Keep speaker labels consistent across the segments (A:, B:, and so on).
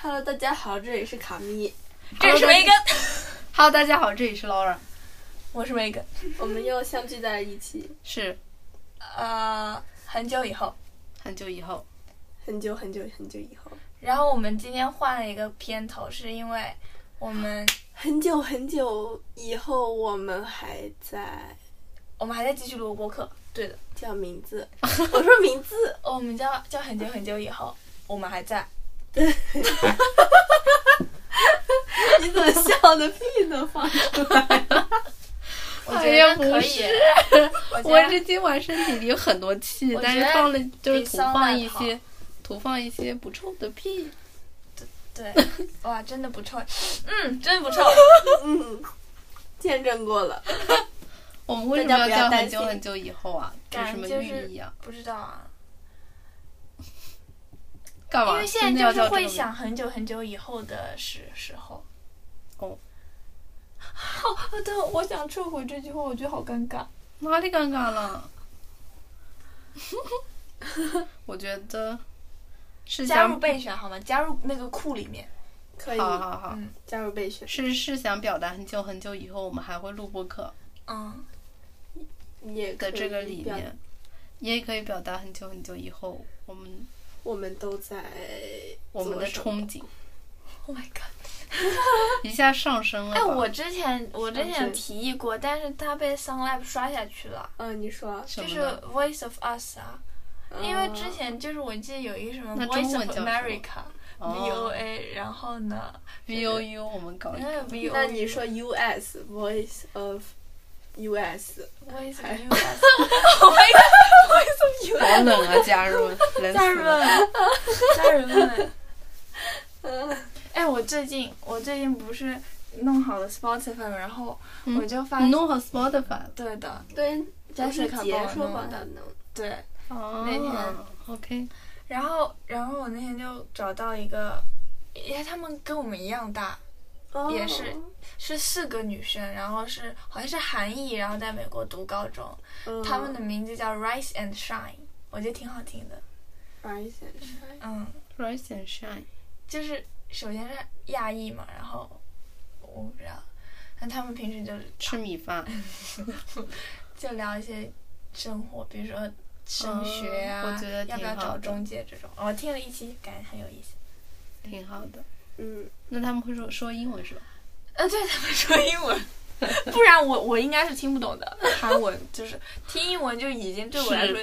A: Hello，大家好，这里是卡咪，
B: 这是
C: Hello，
B: 梅根，
C: Hello，大家好，这里是 Laura，
B: 我是梅根。
A: 我们又相聚在了一起，
C: 是
B: 呃，很久以后，
C: 很久以后，
A: 很久很久很久以后，
B: 然后我们今天换了一个片头，是因为我们
A: 很久很久以后，我们还在
B: 我们还在继续录播客。对的，
A: 叫名字，我说名字，
B: 哦我们叫叫很久很久以后，我们还在。
A: 你怎么笑的屁都放出来了？
B: 我
C: 哎
B: 觉
C: 呀
B: 得可
C: 不
B: 以
C: 是，
B: 我
C: 我
B: 觉得
C: 这今晚身体里有很多气
B: 我，
C: 但
B: 觉
C: 是
B: 得
C: 放了就是
B: 比
C: 吐
B: 桑拿
C: 放一
B: 好
C: 些，吐放一些不臭的屁。
B: 对，哇，真的不臭，嗯，真的不臭。
A: 嗯，见证过了，
C: 我们为什
A: 大
C: 么
A: 家
C: 要
A: 不要
C: 叫
A: 担
C: 很久
A: 心
C: 很久以后啊？有什
B: 感
C: 么
B: 就
C: 寓
B: 是
C: 意啊？
B: 不知道啊，
C: 干
B: 因
C: 嘛？
B: 为
C: 真
B: 现
C: 的
B: 在
C: 要
B: 就是
C: 叫这
B: 会
C: 个
B: 想很久很久以后的时时候。
C: 哦。
B: 哦，对，我想撤回这句话，我觉得好尴尬。
C: 名哪里尴尬了？我觉得是
B: 加
C: 想
B: 入备选好吗？加入那个库里面。
A: 可以
C: 好好好，
B: 嗯
A: 加入备选，
C: 是是想表达很久很久以后我们还会录播客
B: 嗯，
A: 也可
C: 的
A: 以
C: 这个理
A: 表
C: 念，也可以表达很久很久以后我们
A: 我们都在
C: 我们
A: 做
C: 的
A: 什
C: 憧
A: 么
C: 憬
B: Oh my god！
C: 一下上升了吧。
B: 哎，我之前我之
A: 上
B: 前
A: 次
B: 提议过，但是他被 Sun Lab 刷下去了，
A: 嗯，你说，
C: 什
B: 就
C: 么
B: 是
C: 呢
B: Voice of Us 啊，因为之
A: 嗯
B: 前就是我记得有一个什么
C: 那
B: Voice
C: 中
B: of
C: 文叫什么
B: America、
C: 哦
B: VOA，然后呢，
C: V O U 我们搞一 个
B: 那 VOA，
A: 那你说 U.S. Voice of U.S.
B: Voice of
A: 哎
B: US，
C: 好冷啊，加入冷
B: 家
C: 死
B: 人
C: 了。
B: 们，家人们。
A: 嗯
B: 哎，我最近我最近不是弄好了 Spotify，然后
C: 嗯
B: 我就发
C: 你
B: 现，
C: 弄好 Spotify 了
B: 对的，
A: 对，
B: 加
A: 是
B: 水卡
A: 结
B: 帮我
A: 说
B: 弄
A: 吧，
B: 的
A: 能
B: 对，
C: 哦
B: 那天
C: OK，
B: 然后，然后我那天就找到一个，哎，他们跟我们一样大，
A: 哦
B: 也是是四个女生，然后是好像是韩裔，然后在美国读高中，
A: 嗯
B: 她们的名字叫 Rise and Shine，我觉得挺好听的。
A: 白先生，
B: 嗯，
C: Rise and Shine，
B: 就是首先是亚裔嘛，然后我不知道，那他们平时就是
C: 吃米饭，
B: 就聊一些生活，比如说升
C: 嗯
B: 学啊，
C: 我觉得
B: 要不要
C: 挺好
B: 找
C: 的
B: 中介这种。哦我听了一期，感觉很有意思。
C: 挺好的。
A: 嗯，
C: 那他们会说说英文是吧？
B: 呃，对他们说英文，不然我我应该是听不懂的。韩文就是听英文就已经对我来说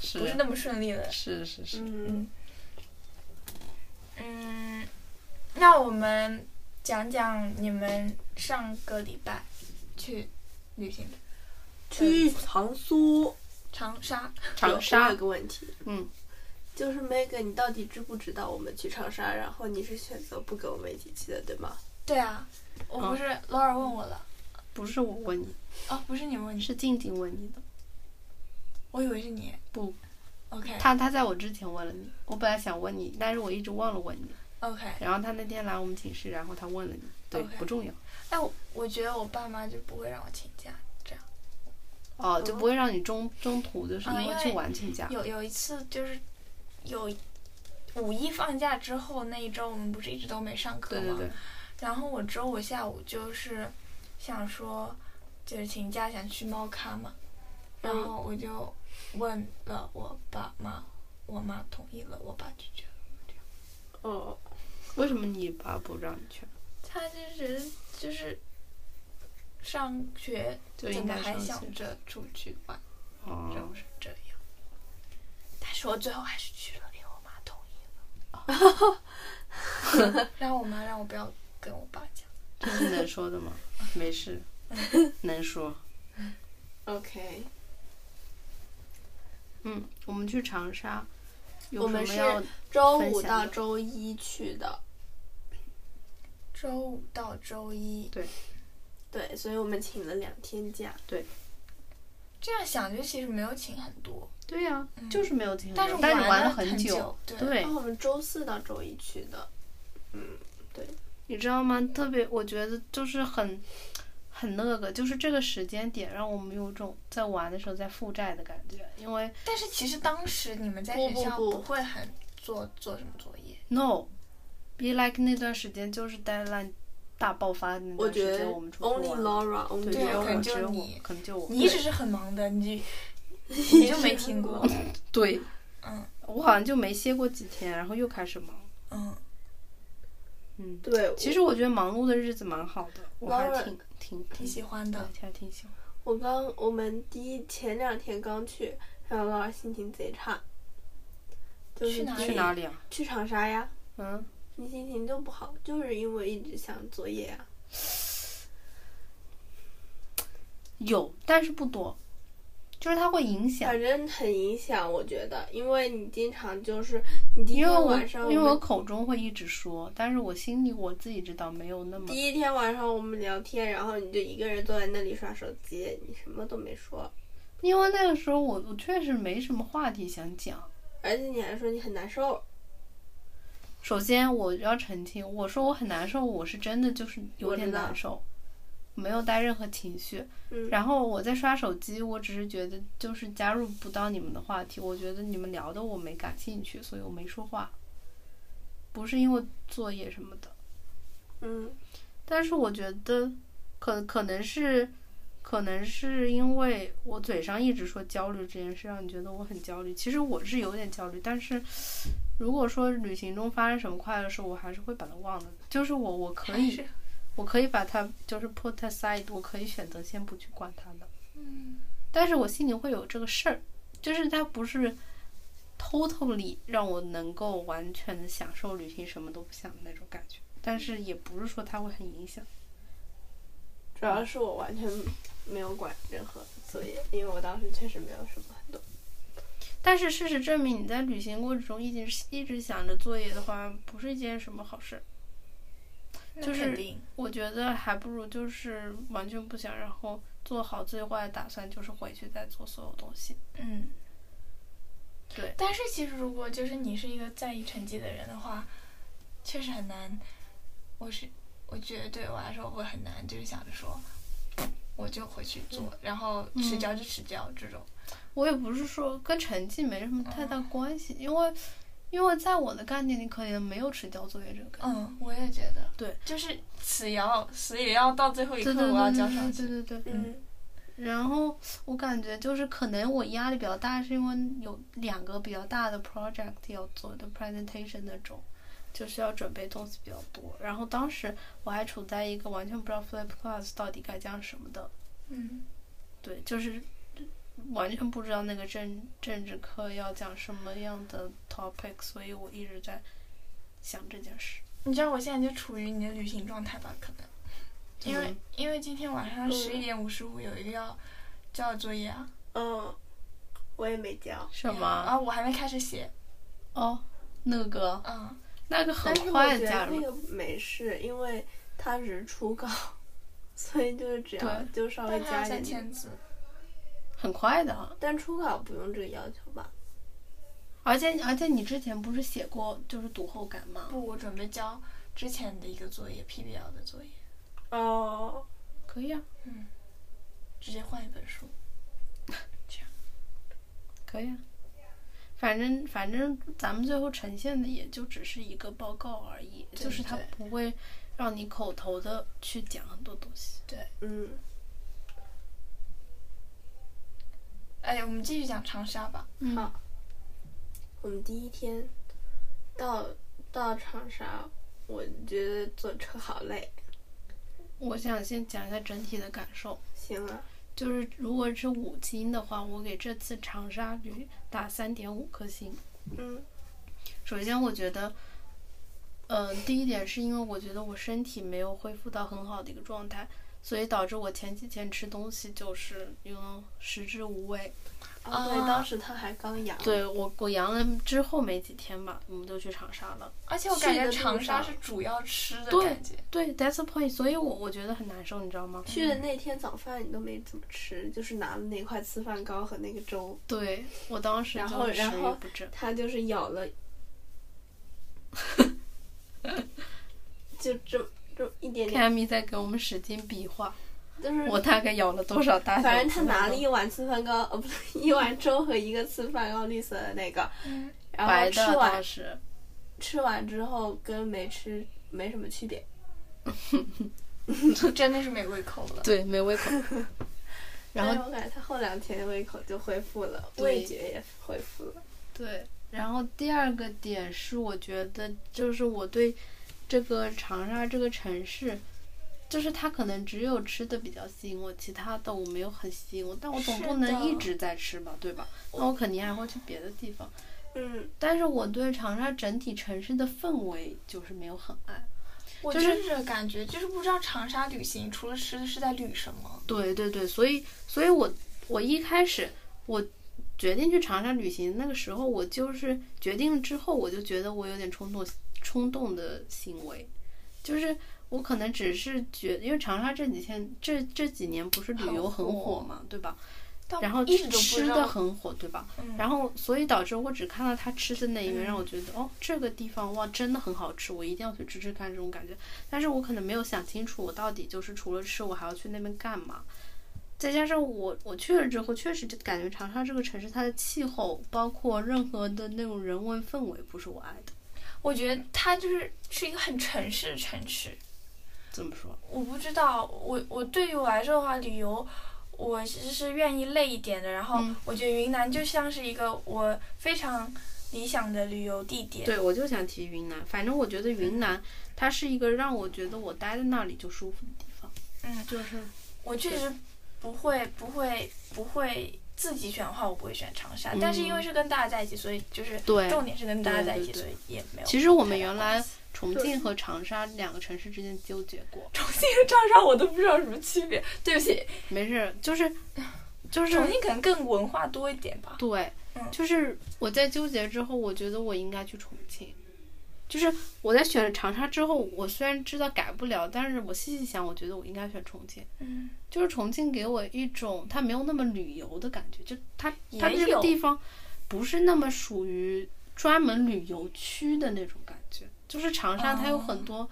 C: 是
B: 不是那么顺利了。
C: 是是是，
A: 嗯，
B: 嗯，那我们讲讲你们上个礼拜去旅行的
A: 去长苏，
B: 长沙，
C: 长
A: 我
C: 沙
A: 有个问题，
C: 嗯，
A: 就是 Megan，你到底知不知道我们去长沙？然后你是选择不跟我们一起去的，对吗？
B: 对啊，我
C: 嗯
B: 不是 Laura 问我了，
C: 不是我问你，
B: 哦，不是你问你，
C: 是静静问你的。
B: 我以为是你。
C: 不，
B: OK
C: 他他在我之前问了你，我本来想问你，但是我一直忘了问你。
B: OK，
C: 然后他那天来我们寝室，然后他问了你，对
B: OK
C: 不重要
B: 哎，我我觉得我爸妈就不会让我请假，这样。
C: 哦，就不会让你中中途就是
B: 嗯
C: 因为
B: 因为
C: 去玩请假。
B: 有有一次就是有五一放假之后那一周，我们不是一直都没上课
C: 对
B: 吗？
C: 对对，
B: 然后我周五下午就是想说，就是请假想去猫咖嘛，然
A: 嗯
B: 后我就问了我爸妈，我妈同意了，我爸拒绝了。
A: 哦，
C: 为什么你爸不让你去？
B: 他就觉得就是上学
C: 就
B: 怎
C: 应
B: 么
C: 该
B: 还
C: 上
B: 想
C: 去
B: 着出去玩？
C: 哦
B: 就是这样。但是我最后还是去了，因为我妈同意 了。然后我妈哦让我不要跟我爸讲。
C: 这是能说 的吗？没事，能说。
A: OK，
C: 嗯，我们去长沙，有
A: 我
C: 什
A: 们
C: 么
A: 是
C: 要
A: 周
C: 分
A: 五
C: 享
A: 到
C: 的
A: 周一去的，
B: 周五到周一，
A: 对，所以我们请了两天假。
B: 这样想就其实没有请很多，
C: 对呀、
B: 嗯
C: 就是没有停
B: 但
C: 留，
B: 是
C: 但你玩
B: 了
C: 了很
B: 久。对，
C: 对
A: 然，哦后我们周四到周一去的，嗯，
C: 你知道吗？特别，我觉得就是很很那个，就是这个时间点让我们有种在玩的时候在负债的感觉，因为
B: 但是其实当时你们在
A: 不
B: 学
A: 不
B: 校
A: 不
B: 不会很做做什么作业，
C: no， Be Like 那段时间就是呆烂大爆发那
A: 我
C: 段时
A: 觉得
C: 间，我们出去
A: Only
C: 玩
A: Laura Only
C: 对，
B: 对
C: 只有
A: Laura
B: 可能
C: 我，
B: 就
C: 只有
B: 你
C: 我，可能就我，
B: 你只是很忙 的，你就你就没听过，
C: 对，
B: 嗯
C: 我好像就没歇过几天，然后又开始忙。
B: 嗯，
C: 嗯，
A: 对，
C: 其实我觉得忙碌的日子蛮好的，我还
A: Laura-
C: 挺挺
B: 挺喜欢的，
C: 还挺喜欢。
A: 我刚我们第一前两天刚去，然后老师心情贼差。就是
B: 去哪
A: 第一
B: 里
C: 去哪里啊？
A: 去长沙呀，
C: 嗯，
A: 你心情就不好，就是因为一直想作业啊呀、
C: 有，但是不多，就是它会影响。
A: 反正很影响，我觉得，因为你经常就是你第一
C: 因为
A: 天
C: 我
A: 晚上
C: 因为
A: 们
C: 我口中会一直说，但是我心里我自己知道没有那么
A: 第一天晚上我们聊天，然后你就一个人坐在那里刷手机，你什么都没说，
C: 因为那个时候我我确实没什么话题想讲。
A: 而且你还说你很难受，
C: 首先我要澄清，我说我很难受，我是真的就是有点难受，没有带任何情绪。
A: 嗯
C: 然后我在刷手机，我只是觉得就是加入不到你们的话题，我觉得你们聊的我没感兴趣，所以我没说话。不是因为作业什么的，
A: 嗯，
C: 但是我觉得可可能是。可能是因为我嘴上一直说焦虑这件事，让你觉得我很焦虑。其实我是有点焦虑，但是如果说旅行中发生什么快乐的事，我还是会把它忘了的。就是我，我可
B: 还
C: 以
B: 是，
C: 我可以把它就是 put aside，我可以选择先不去管它的。
B: 嗯，
C: 但是我心里会有这个事儿，就是它不是 totally 让我能够完全的享受旅行，什么都不想的那种感觉。但是也不是说它会很影响。
A: 主要是我完全没有管任何作业，因为我当时确实没有什么很多。
C: 但是事实证明，你在旅行过程中一直一直想着作业的话，不是一件什么好事。
B: 那
C: 就是
B: 肯定
C: 我觉得还不如就是完全不想，然后做好最坏的打算，就是回去再做所有东西。
B: 嗯，
C: 对
B: 但是其实如果就是你是一个在意成绩的人的话，确实很难。我是我觉得对我来说我会很难，就是想着说，我就回去做，
C: 嗯
B: 然后迟交就迟交这种。
C: 我也不是说跟成绩没什么太大关系，因为因为在我的概念里，可能没有迟交作业这个概念。
B: 嗯，我也觉得，
C: 对，
B: 就是死也要死也要到最后一
C: 对
B: 刻
C: 对对
B: 我要
C: 对
B: 交
C: 对
B: 上
C: 对
B: 去。
C: 对对。
A: 嗯
C: 然后我感觉就是可能我压力比较大，是因为有两个比较大的 project 要做的 presentation 那种，就是要准备东西比较多。然后当时我还处在一个完全不知道 flip class 到底该讲什么的，
B: 嗯，
C: 对，就是完全不知道那个政政治课要讲什么样的 topic，所以我一直在想这件事。
B: 你知道我现在就处于你的旅行状态吧？可能因
C: 嗯
B: 为、因为今天晚上
A: 嗯
B: 十一点五十五有一个要交的作业啊，
A: 嗯，我也没交，
C: 什么？
B: 啊，我还没开始写，
C: 哦，那个
B: 嗯。
C: 那个很
A: 但是我
C: 快
A: 觉
C: 的
A: 得
C: 加
A: 那
C: 入，
A: 个没事，因为它只是初稿，所以就是只要
C: 对
A: 就稍微
B: 但它
A: 加
B: 要
A: 一
B: 三
A: 点。
B: 千字，
C: 很快的啊。
A: 但初稿不用这个要求吧？
C: 而且而且你之前不是写过就是读后感吗？
B: 不，我准备交之前的一个作业 PBL 的作业，
A: 哦，
C: 可以啊，
B: 直接换一本书。
C: 可以啊。反正反正咱们最后呈现的也就只是一个报告而已，
B: 对
C: 就是它
B: 对
C: 不会让你口头的去讲很多东西。
A: 嗯，
B: 哎，我们继续讲长沙吧。
C: 嗯
A: 好我们第一天到到长沙，我觉得坐车好累。
C: 我想先讲一下整体的感受，
A: 行啊，
C: 就是如果是五星的话，我给这次长沙旅打三点五颗星。
A: 嗯
C: 首先，我觉得，嗯、第一点是因为我觉得我身体没有恢复到很好的一个状态，所以导致我前几天吃东西就是因为食之无味。
A: 哦，对，
B: 啊
A: 当时他还刚阳，
C: 对我，我阳了之后没几天吧，我们就去长沙了。
B: 而且我感
A: 去的
B: 觉
A: 路
B: 长沙
A: 上
B: 是主要吃的
C: 对
B: 感觉，
C: 对，that's the point。所以我我觉得很难受，你知道吗？
A: 去的
B: 嗯
A: 那天早饭你都没怎么吃，就是拿了那块粢饭糕和那个粥，
C: 对我当时
A: 然
C: 就
A: 后
C: 是
A: 然
C: 食
A: 后
C: 欲不振。
A: 他就是咬了，就这么这么一点点，
C: Cammy 在给我们使劲比划，
A: 就是
C: 我大概咬了多少大小？
A: 反正他拿了一碗粢饭糕，呃，不是一碗粥和一个粢饭糕，绿色的那个，然
C: 白
A: 后
C: 的
A: 吃完
C: 当时，
A: 吃完之后跟没吃没什么区别。
B: 嗯真的是没胃口了。
C: 对，没 胃口。然
A: 但
C: 后
A: 是我感觉他后两天胃口就恢复了，
C: 对
A: 味觉也恢复了。
C: 对，然后第二个点是，我觉得就是我对这个长沙这个城市，就是它可能只有吃的比较吸引我，其他的我没有很吸引我，但我总
B: 是
C: 不能一
B: 的
C: 直在吃吧，对吧？那我肯定还会去别的地方。
A: 嗯，
C: 但是我对长沙整体城市的氛围就是没有很爱。
B: 我
C: 就是
B: 就是这个感觉，就是不知道长沙旅行除了吃的是在旅什么。
C: 对对对，所以所以我我一开始我决定去长沙旅行，那个时候我就是决定之后，我就觉得我有点冲动冲动的行为，就是我可能只是觉，因为长沙这几天这这几年不是旅游很
B: 很火
C: 火嘛，对吧？
B: 但
C: 然后
B: 一直都不
C: 吃
B: 知
C: 的
B: 道，
C: 很火，对吧？
B: 嗯
C: 然后所以导致我只看到他吃的那一面，
B: 嗯
C: 让我觉得哦，这个地方哇真的很好吃，我一定要去吃吃看这种感觉。但是我可能没有想清楚，我到底就是除了吃，我还要去那边干嘛？再加上我我去了之后，确实就感觉长沙这个城市它的气候，包括任何的那种人文氛围，不是我爱的。
B: 我觉得它就是是一个很城市的城市。
C: 怎么说？
B: 我不知道，我我对于我来说的话，旅游我其实是愿意累一点的。然后
C: 嗯
B: 我觉得云南就像是一个我非常理想的旅游地点。
C: 对，我就想提云南。反正我觉得云
B: 嗯
C: 南，它是一个让我觉得我待在那里就舒服的地方。
B: 嗯
C: 就是
B: 我确实不会不会不会自己选的话，我不会选长沙。
C: 嗯
B: 但是因为是跟大家在一起，所以就是
C: 对
B: 重点是跟大家在一起，
C: 对对
B: 所以也没有太大关系。
C: 其实我们原来重庆和长沙两个城市之间纠结过。
B: 重庆和长沙我都不知道有什么区别。对不起，
C: 没事，就是就是
B: 重庆可能更文化多一点吧。
C: 对
B: 嗯，
C: 就是我在纠结之后，我觉得我应该去重庆。就是我在选长沙之后，我虽然知道改不了，但是我细细想，我觉得我应该选重庆。
B: 嗯，
C: 就是重庆给我一种它没有那么旅游的感觉，就它它
B: 也
C: 这个
B: 有
C: 地方不是那么属于专门旅游区的那种感觉。就是长沙它有很多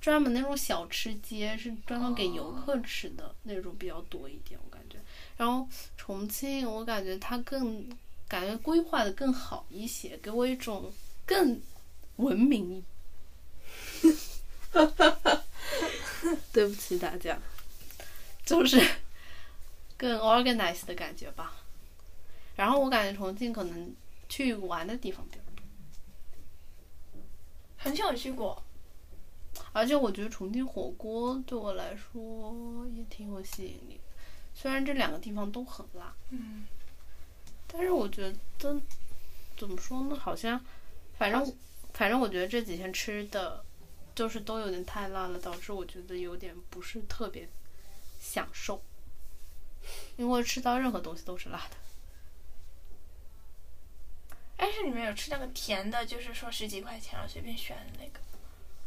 C: 专门那种小吃街，是专门给游客吃的那种比较多一点，我感觉。然后重庆，我感觉它更感觉规划的更好一些，给我一种更文明一。 对不起大家，就是更 organized 的感觉吧。然后我感觉重庆可能去玩的地方比较多，
B: 很久没去过。
C: 而且我觉得重庆火锅对我来说也挺有吸引力的。虽然这两个地方都很辣，
B: 嗯，
C: 但是我觉得怎么说呢，好像反正反正我觉得这几天吃的就是都有点太辣了，导致我觉得有点不是特别享受，因为吃到任何东西都是辣的。
B: 但哎是你们有吃那个甜的，就是说十几块钱然后随便选的那个，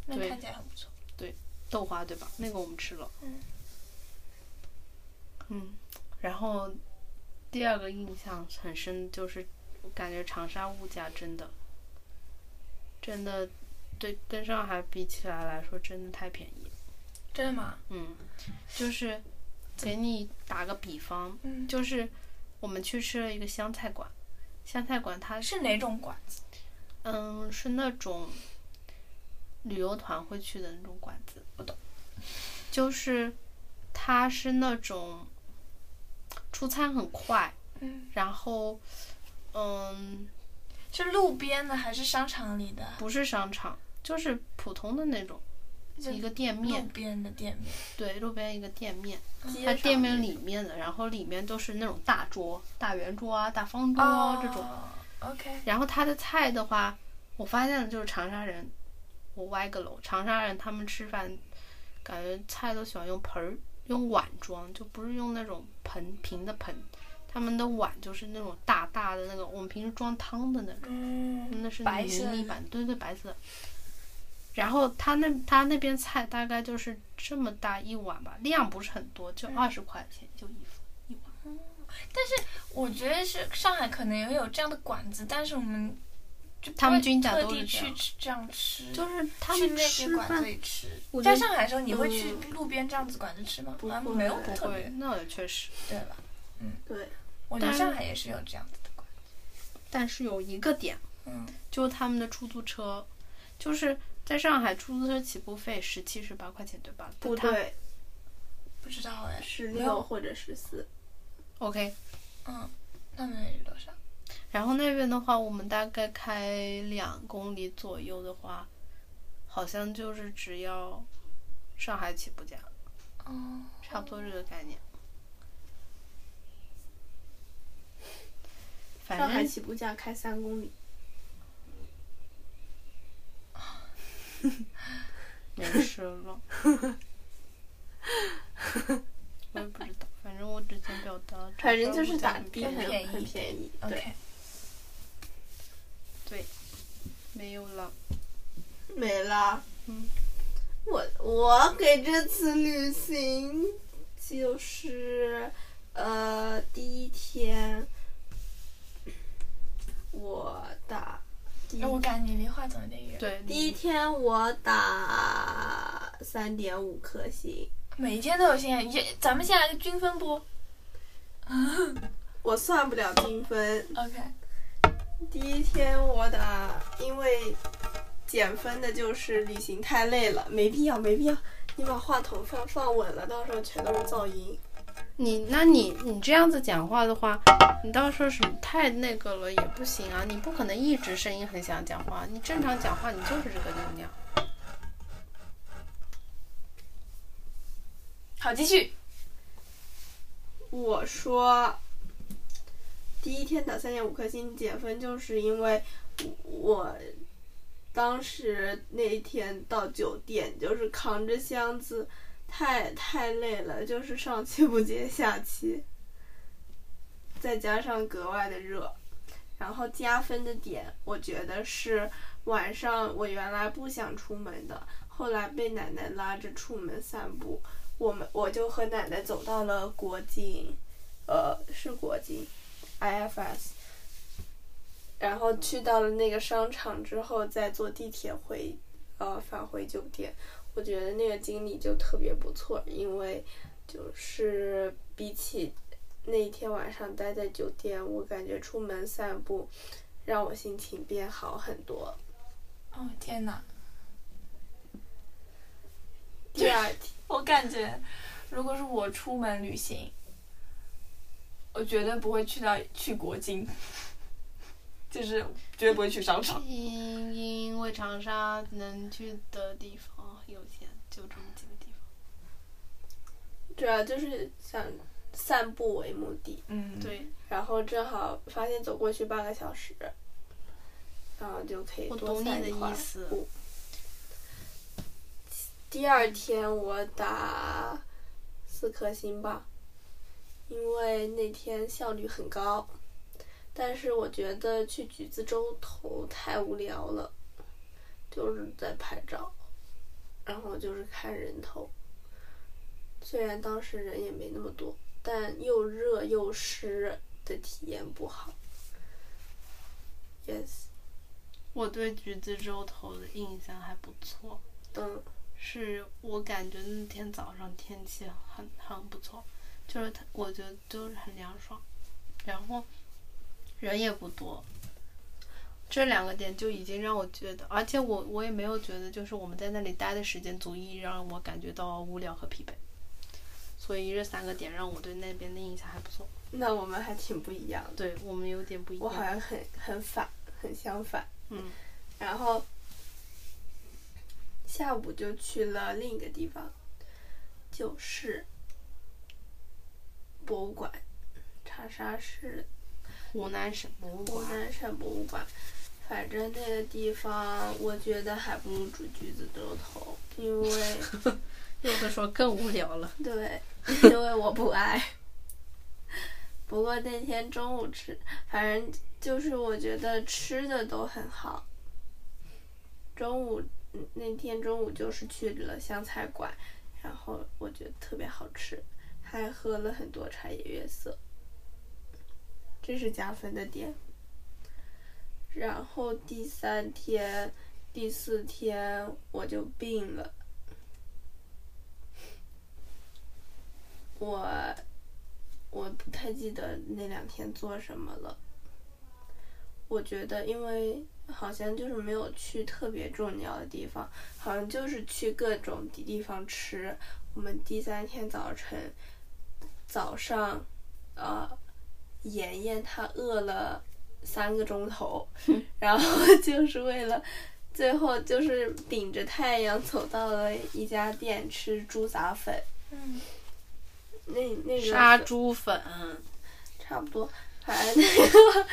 B: 那
C: 对
B: 看起来很不错。
C: 豆花对吧？那个我们吃了。
B: 嗯
C: 嗯然后第二个印象很深就是，我感觉长沙物价真的，真的对跟上海比起来来说，真的太便宜了。
B: 真的吗？
C: 嗯，就是给你打个比方，
B: 嗯，
C: 就是我们去吃了一个湘菜馆，湘菜馆它
B: 是哪种馆子？
C: 嗯，是那种旅游团会去的那种馆子，
B: 我懂。
C: 就是它是那种出餐很快，
B: 嗯，
C: 然后嗯，
B: 是路边的还是商场里的？
C: 不是商场，就是普通的那种
B: 就
C: 一个店
B: 路
C: 面，
B: 边的店面。
C: 对，路边一个店面，
A: 街
C: 它
A: 上
C: 店面
A: 那
C: 里面的，然后里面都是那种大桌、大圆桌啊、大方桌啊、这种。
B: 哦。OK，
C: 然后它的菜的话，我发现就是长沙人，我歪个楼，长沙人他们吃饭，感觉菜都喜欢用盆儿、用碗装，就不是用那种盆平的盆，他们的碗就是那种大大的那个，我们平时装汤的那种，
B: 嗯，
C: 那是
B: 白色
C: 迷你
B: 的
C: 版，对对，白色。然后他那他那边菜大概就是这么大一碗吧，量不是很多，
B: 嗯
C: 就二十块钱就一份一碗。
B: 我觉得是上海可能也有这样的馆子，但是我们就不
C: 他们
B: 会
C: 均价
B: 特
C: 都
B: 地
C: 是这
B: 去
C: 样
B: 吃这样吃，
C: 就是他
B: 去
C: 们
B: 那些
C: 吃
B: 馆子
C: 饭，
B: 里吃
C: 我。觉
B: 在
C: 得
B: 上海的时候，你会
A: 嗯
B: 去路边这样子馆子吃吗？
A: 不
B: 好像
A: 会
B: 没有
A: 不
C: 不
B: 特
C: 会
B: 别，，
C: 那也确实。
B: 对吧？
A: 对，
B: 我觉得
C: 但
B: 上海也是有这样子的馆子。
C: 但是有一个点，
B: 嗯，
C: 就是他们的出租车就是在上海出租车起步费十七十八块钱，对吧？
A: 不
C: 但它
A: 对，
B: 不知道哎，
A: 十
B: 没有
A: 六或者十四，
C: ，OK。
B: 嗯，那么是多少？
C: 然后那边的话，我们大概开两公里左右的话，好像就是只要上海起步价，
B: 哦，
C: 差不多这个概念。反
A: 上海
C: 正
A: 起步价开三公里，
C: 没事了。 我也不知道，反正我只想表达，
A: 反正就是打的
C: 比
A: 很
B: 便宜
A: 很
B: 一
A: 便宜，对，
B: ，OK，
C: 没有了。
A: 没了。
C: 嗯，
A: 我我给这次旅行就是，呃，第一天我打，第一
B: 哎那我感觉你离话筒有点远。，
C: 对，
A: 第一天我打三点五颗星，
B: 每天都有新人，也咱们先来个均分不
A: 我算不了评分。
B: ？OK，
A: 第一天我打，因为减分的就是旅行太累了，没必要，没必要。你把话筒放放稳了，到时候全都是噪音。
C: 你，那你你这样子讲话的话，你到时候什么太那个了也不行啊！你不可能一直声音很响讲话，你正常讲话你就是这个流量。
B: 好，继续。
A: 我说，第一天打三点五颗星减分，就是因为我当时那一天到酒店，就是扛着箱子，太太累了，就是上气不接下气， 再加上格外的热。然后加分的点，我觉得是晚上我原来不想出门的，后来被奶奶拉着出门散步，我们我就和奶奶走到了国境，呃，是国境，IFS，然后去到了那个商场之后，再坐地铁回，呃，返回酒店。我觉得那个经历就特别不错，因为就是比起那一天晚上待在酒店，我感觉出门散步让我心情变好很多。
B: 哦天哪，
A: 第二天，
B: 我感觉如果是我出门旅行，我绝对不会去到去国境， 就是绝对不会去商
A: 啊
B: 场。
C: 因因为长沙能去的地方有限，就这么几个地方。
A: 主要啊就是想散步为目的。
B: 嗯，
C: 对，
A: 然后正好发现走过去半个小时，然后就可以
C: 我
A: 多
C: 懂你
A: 散
C: 的
A: 一块
C: 意思
A: 步。第二天我打四颗星吧，因为那天效率很高，但是我觉得去橘子洲头太无聊了，就是在拍照，然后就是看人头。虽然当时人也没那么多，但又热又湿的体验不好。Yes，
C: 我对橘子洲头的印象还不错，
A: 嗯，
C: 是我感觉那天早上天气很很不错，就是它，我觉得就是很凉爽，然后人也不多。这两个点就已经让我觉得，而且我我也没有觉得，就是我们在那里待的时间足以让我感觉到无聊和疲惫，所以这三个点让我对那边的印象还不错。
A: 那我们还挺不一样的。
C: 对我们有点不一
A: 我好
C: 样。
A: 像很很反，很相反。
C: 嗯，
A: 然后下午就去了另一个地方，就是博物馆，长沙市
C: 湖南省博物
A: 湖
C: 馆。
A: 南省博物馆。反正那个地方，我觉得还不如煮橘子洲头，因为
C: 又会说更无聊了。
A: 对，因为我不爱。不过那天中午吃，反正就是我觉得吃的都很好。中午嗯那天中午就是去了湘菜馆，然后我觉得特别好吃，还喝了很多茶颜悦色，这是加分的点。然后第三天、第四天我就病了，我我不太记得那两天做什么了。我觉得，因为好像就是没有去特别重要的地方，好像就是去各种地地方吃。我们第三天早晨，早上，呃，妍妍她饿了三个钟头，然后就是为了最后就是顶着太阳走到了一家店吃猪杂粉，
B: 嗯，
A: 那那个
C: 杀
A: 粉
C: 猪粉，
A: 差不多，反正那个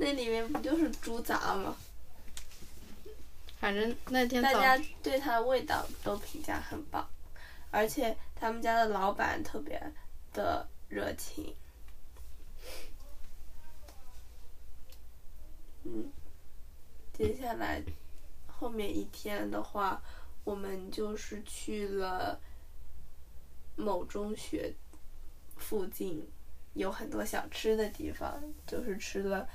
A: 那里面不就是猪杂吗？
C: 反正那天
A: 大
C: 早
A: 家对它的味道都评价很棒，而且他们家的老板特别的热情。嗯，接下来后面一天的话，我们就是去了某中学附近有很多小吃的地方，就是吃了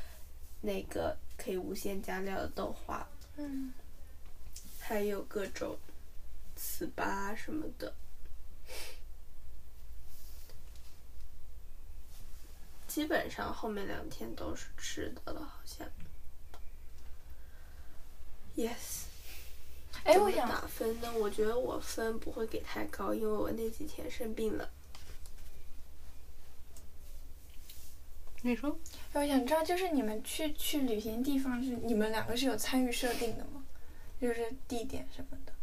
A: 那个可以无限加料的豆花
B: 嗯，
A: 还有各种糍粑什么的。基本上后面两天都是吃的了，好像。Yes。
B: 哎，
A: 怎么
B: 我想
A: 打分呢？我觉得我分不会给太高，因为我那几天生病了。
C: 你说
B: 我想知道，就是你们去去旅行地方，是你们两个是有参与设定的吗？就是地点什么的。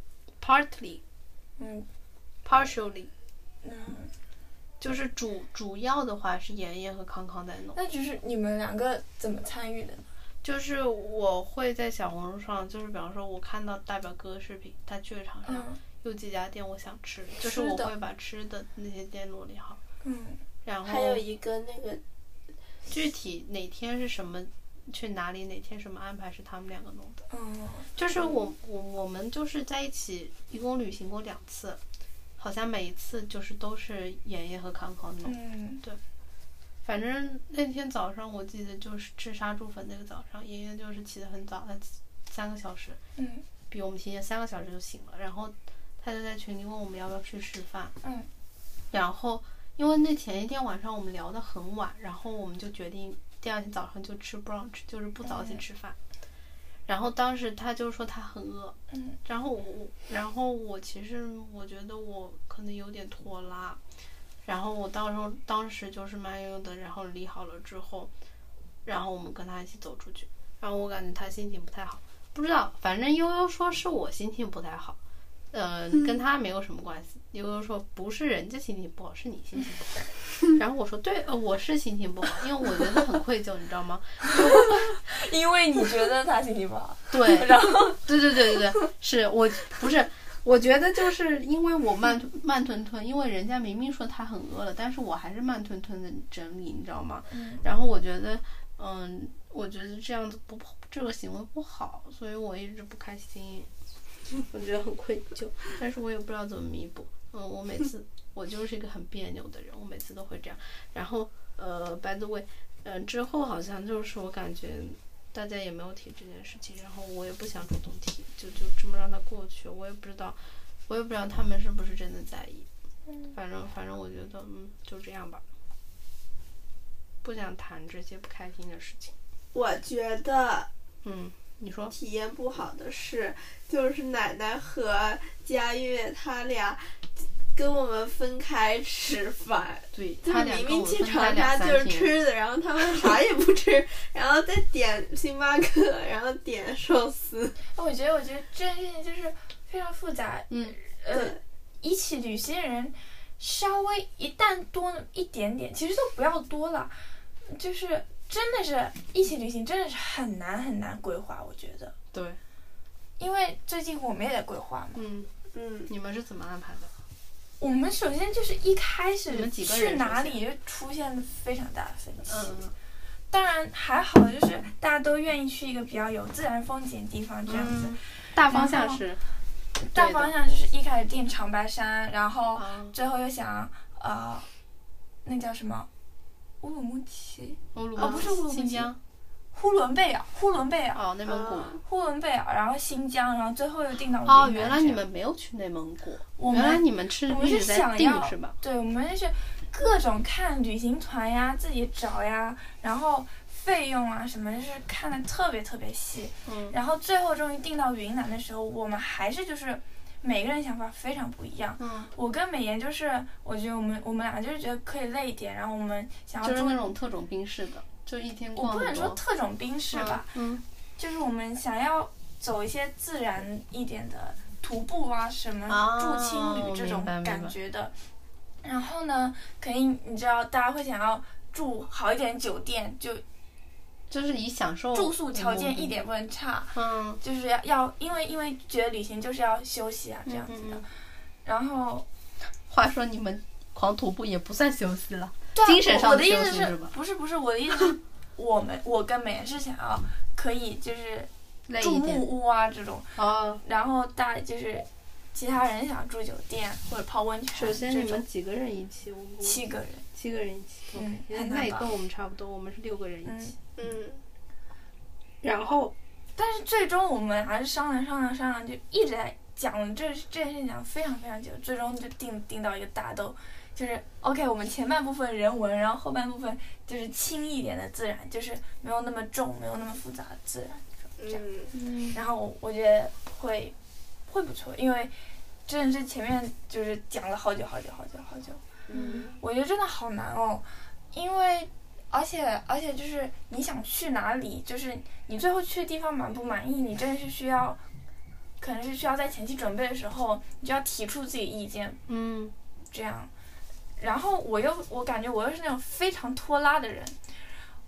C: partly
B: 嗯
C: partially
B: 嗯，
C: 就是主主要的话是妍妍和康康在弄，
B: 那就是你们两个怎么参与的呢？
C: 就是我会在小红书上，就是比方说我看到大表哥视频，他去了长沙、
B: 嗯
C: 有几家店我想吃，就是
B: 吃
C: 我
B: 的
C: 会把吃的那些店罗列好，
B: 嗯
C: 然后
A: 还有一个那个
C: 具体哪天是什么，去哪里，哪天什么安排是他们两个弄的。
B: 嗯
C: 就是我我我们就是在一起，一共旅行过两次，好像每一次就是都是妍妍和康康弄。
B: 嗯
C: 反正那天早上我记得就是吃杀猪粉那个早上，妍妍就是起得很早，她起三个小时
B: 嗯
C: 比我们提前三个小时就醒了，然后她就在群里问我们要不要去吃饭，
B: 嗯，
C: 然后因为那前一天晚上我们聊得很晚，然后我们就决定第二天早上就吃 brunch，就是不早起
B: 嗯
C: 吃饭。然后当时她就说她很饿，
B: 嗯
C: 然后我，然后我其实我觉得我可能有点拖拉，然后我到时候当时就是慢悠悠的，然后理好了之后，然后我们跟他一起走出去，然后我感觉他心情不太好，不知道，反正悠悠说是我心情不太好，呃，跟他没有什么关系。悠悠说不是人家心情不好，是你心情不好。然后我说对，呃，我是心情不好，因为我觉得很愧疚，你知道吗？
B: 因为你觉得他心情不好，
C: 对，
B: 然后
C: 对对对对对，是我不是，我觉得就是因为我慢吞慢吞吞，因为人家明明说他很饿了，但是我还是慢吞吞的整理，你知道吗？
B: 嗯
C: 然后我觉得，嗯，我觉得这样子不这个行为不好，所以我一直不开心， 我觉得很愧疚，但是我也不知道怎么弥补。嗯，我每次我就是一个很别扭的人，我每次都会这样。然后呃，by the way，嗯、之后好像就是我感觉大家也没有提这件事情，然后我也不想主动提，就就这么让它过去。我也不知道，我也不知道他们是不是真的在意。反正反正我觉得，嗯，就这样吧。不想谈这些不开心的事情。
A: 我觉得
C: 嗯，你说
A: 体验不好的事，就是奶奶和佳悦他俩跟我们分开吃饭。
C: 对，
A: 就
C: 他
A: 是
C: 俩
A: 明
C: 跟
A: 明
C: 我
A: 去
C: 分开
A: 长
C: 两
A: 沙就
C: 三
A: 是
C: 天，
A: 吃的，然后他们啥也不吃，然后再点星巴克， 然后点寿司。
B: 我觉得我觉得这件事情就是非常复杂，
C: 嗯，
B: 呃，一起旅行的人稍微一旦多那么一点点，其实都不要多了，就是真的是一起旅行真的是很难很难规划，我觉得，
C: 对，
B: 因为最近我们也在规划嘛，
C: 嗯，
A: 嗯，
C: 你们是怎么安排的？
B: 我们首先就是一开始
C: 你们几个人
B: 去哪里就出现了非常大的分歧，
C: 嗯
B: 当然还好就是大家都愿意去一个比较有自然风景的地方这样子，
C: 嗯，大方向
B: 然后
C: 是
B: 大
C: 对的
B: 方向就是一开始定长白山，然后。
C: 啊，
B: 最后又想呃，那叫什么乌鲁木齐、
C: 乌鲁
B: 哦
C: 木
B: 不是乌鲁木
C: 新
B: 齐
C: 疆
B: 呼伦贝尔、呼伦贝尔、
C: 哦，内蒙古。
A: 啊
B: 呼伦贝尔，然后新疆，然后最后又定到
C: 哦，
B: 云南
C: 原来
B: 这
C: 你
B: 样
C: 们没有去内蒙古，
B: 我
C: 原来
B: 们
C: 你们吃
B: 我们
C: 一直
B: 是
C: 在
B: 想
C: 定
B: 要
C: 是吧？
B: 对，我们就是各种看旅行团呀，自己找呀，然后费用啊什么，就是看的特别特别细。
C: 嗯
B: 然后最后终于定到云南的时候，我们还是就是每个人想法非常不一样。
C: 嗯，
B: 我跟美颜就是，我觉得我们我们俩就是觉得可以累一点，然后我们想
C: 嗯
B: 要
C: 就是那
B: 做，
C: 种特种兵式的，就一天
B: 我
C: 逛
B: 不
C: 很
B: 能说
C: 多。
B: 特种兵式吧，
C: 嗯
B: 就是我们想要走一些自然一点的徒步啊，什么
C: 啊
B: 住青旅这种
C: 明白明白
B: 感觉的。然后呢，可以你知道，大家会想要住好一点酒店，就
C: 哦就是以享受
B: 住宿条
C: 为目
B: 件一
C: 的。
B: 点不能差，
C: 嗯，
B: 就是要要，因为因为觉得旅行就是要休息啊这样子的。
C: 嗯
B: 然后
C: 话说你们狂徒步也不算休息了，
B: 对啊
C: 精神
B: 我
C: 上
B: 我
C: 的
B: 的意
C: 休
B: 思
C: 息
B: 是
C: 是吧
B: 不是不是我的意思是，我们我跟美人是想要可以就是
C: 累
B: 住
C: 一
B: 木
C: 点。
B: 屋啊这种，
C: 哦，
B: 然后大就是其他人想住酒店或者泡温泉，
C: 首先
B: 这
C: 你
B: 种
C: 们几个人一起？我我
B: 七个人，
C: 七个人一起。
B: 嗯
C: OK，
B: 很
C: 那
B: 难
C: 也
B: 吧
C: 跟我们差不多，我们是六个人一起。
A: 嗯，
C: 然后
B: 但是最终我们还是商量商量商量，就一直在讲这这件事情讲非常非常久，最终就定定到一个大都，就是 OK，我们前半部分人文，然后后半部分就是轻一点的自然，就是没有那么重，没有那么复杂的自然。这样
A: 嗯，
C: 嗯
B: 然后我我觉得会会不错，因为真的是前面就是讲了好久好久好久好久，
A: 嗯，
B: 我觉得真的好难哦，因为而且而且就是你想去哪里，就是你最后去的地方满不满意，你真的是需要，可能是需要在前期准备的时候，你就要提出自己意见，
C: 嗯，
B: 这样。然后我又我感觉我又是那种非常拖拉的人，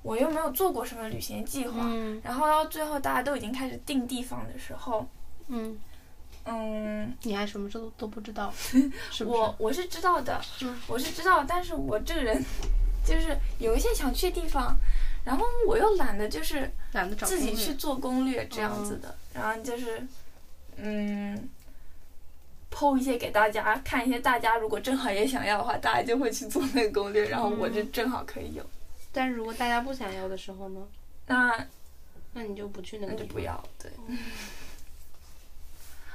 B: 我又没有做过什么旅行计划，
C: 嗯
B: 然后到最后大家都已经开始定地方的时候，
C: 嗯，
B: 嗯，
C: 你还什么都都不知 道，是不是
B: 我？我是知道的
C: 嗯，
B: 我是知道的，但是我这个人就是有一些想去的地方，然后我又懒得就是
C: 懒得找
B: 自己
C: 攻略哦
B: 去做攻略这样子的，然后就是嗯，剖一些给大家看一些，大家如果正好也想要的话，大家就会去做那个攻略，然后我
C: 嗯
B: 就正好可以有，
C: 但是如果大家不想要的时候呢，
B: 那
C: 那你就不去那
B: 那
C: 个
B: 就
C: 地
B: 不
C: 方。
B: 要对。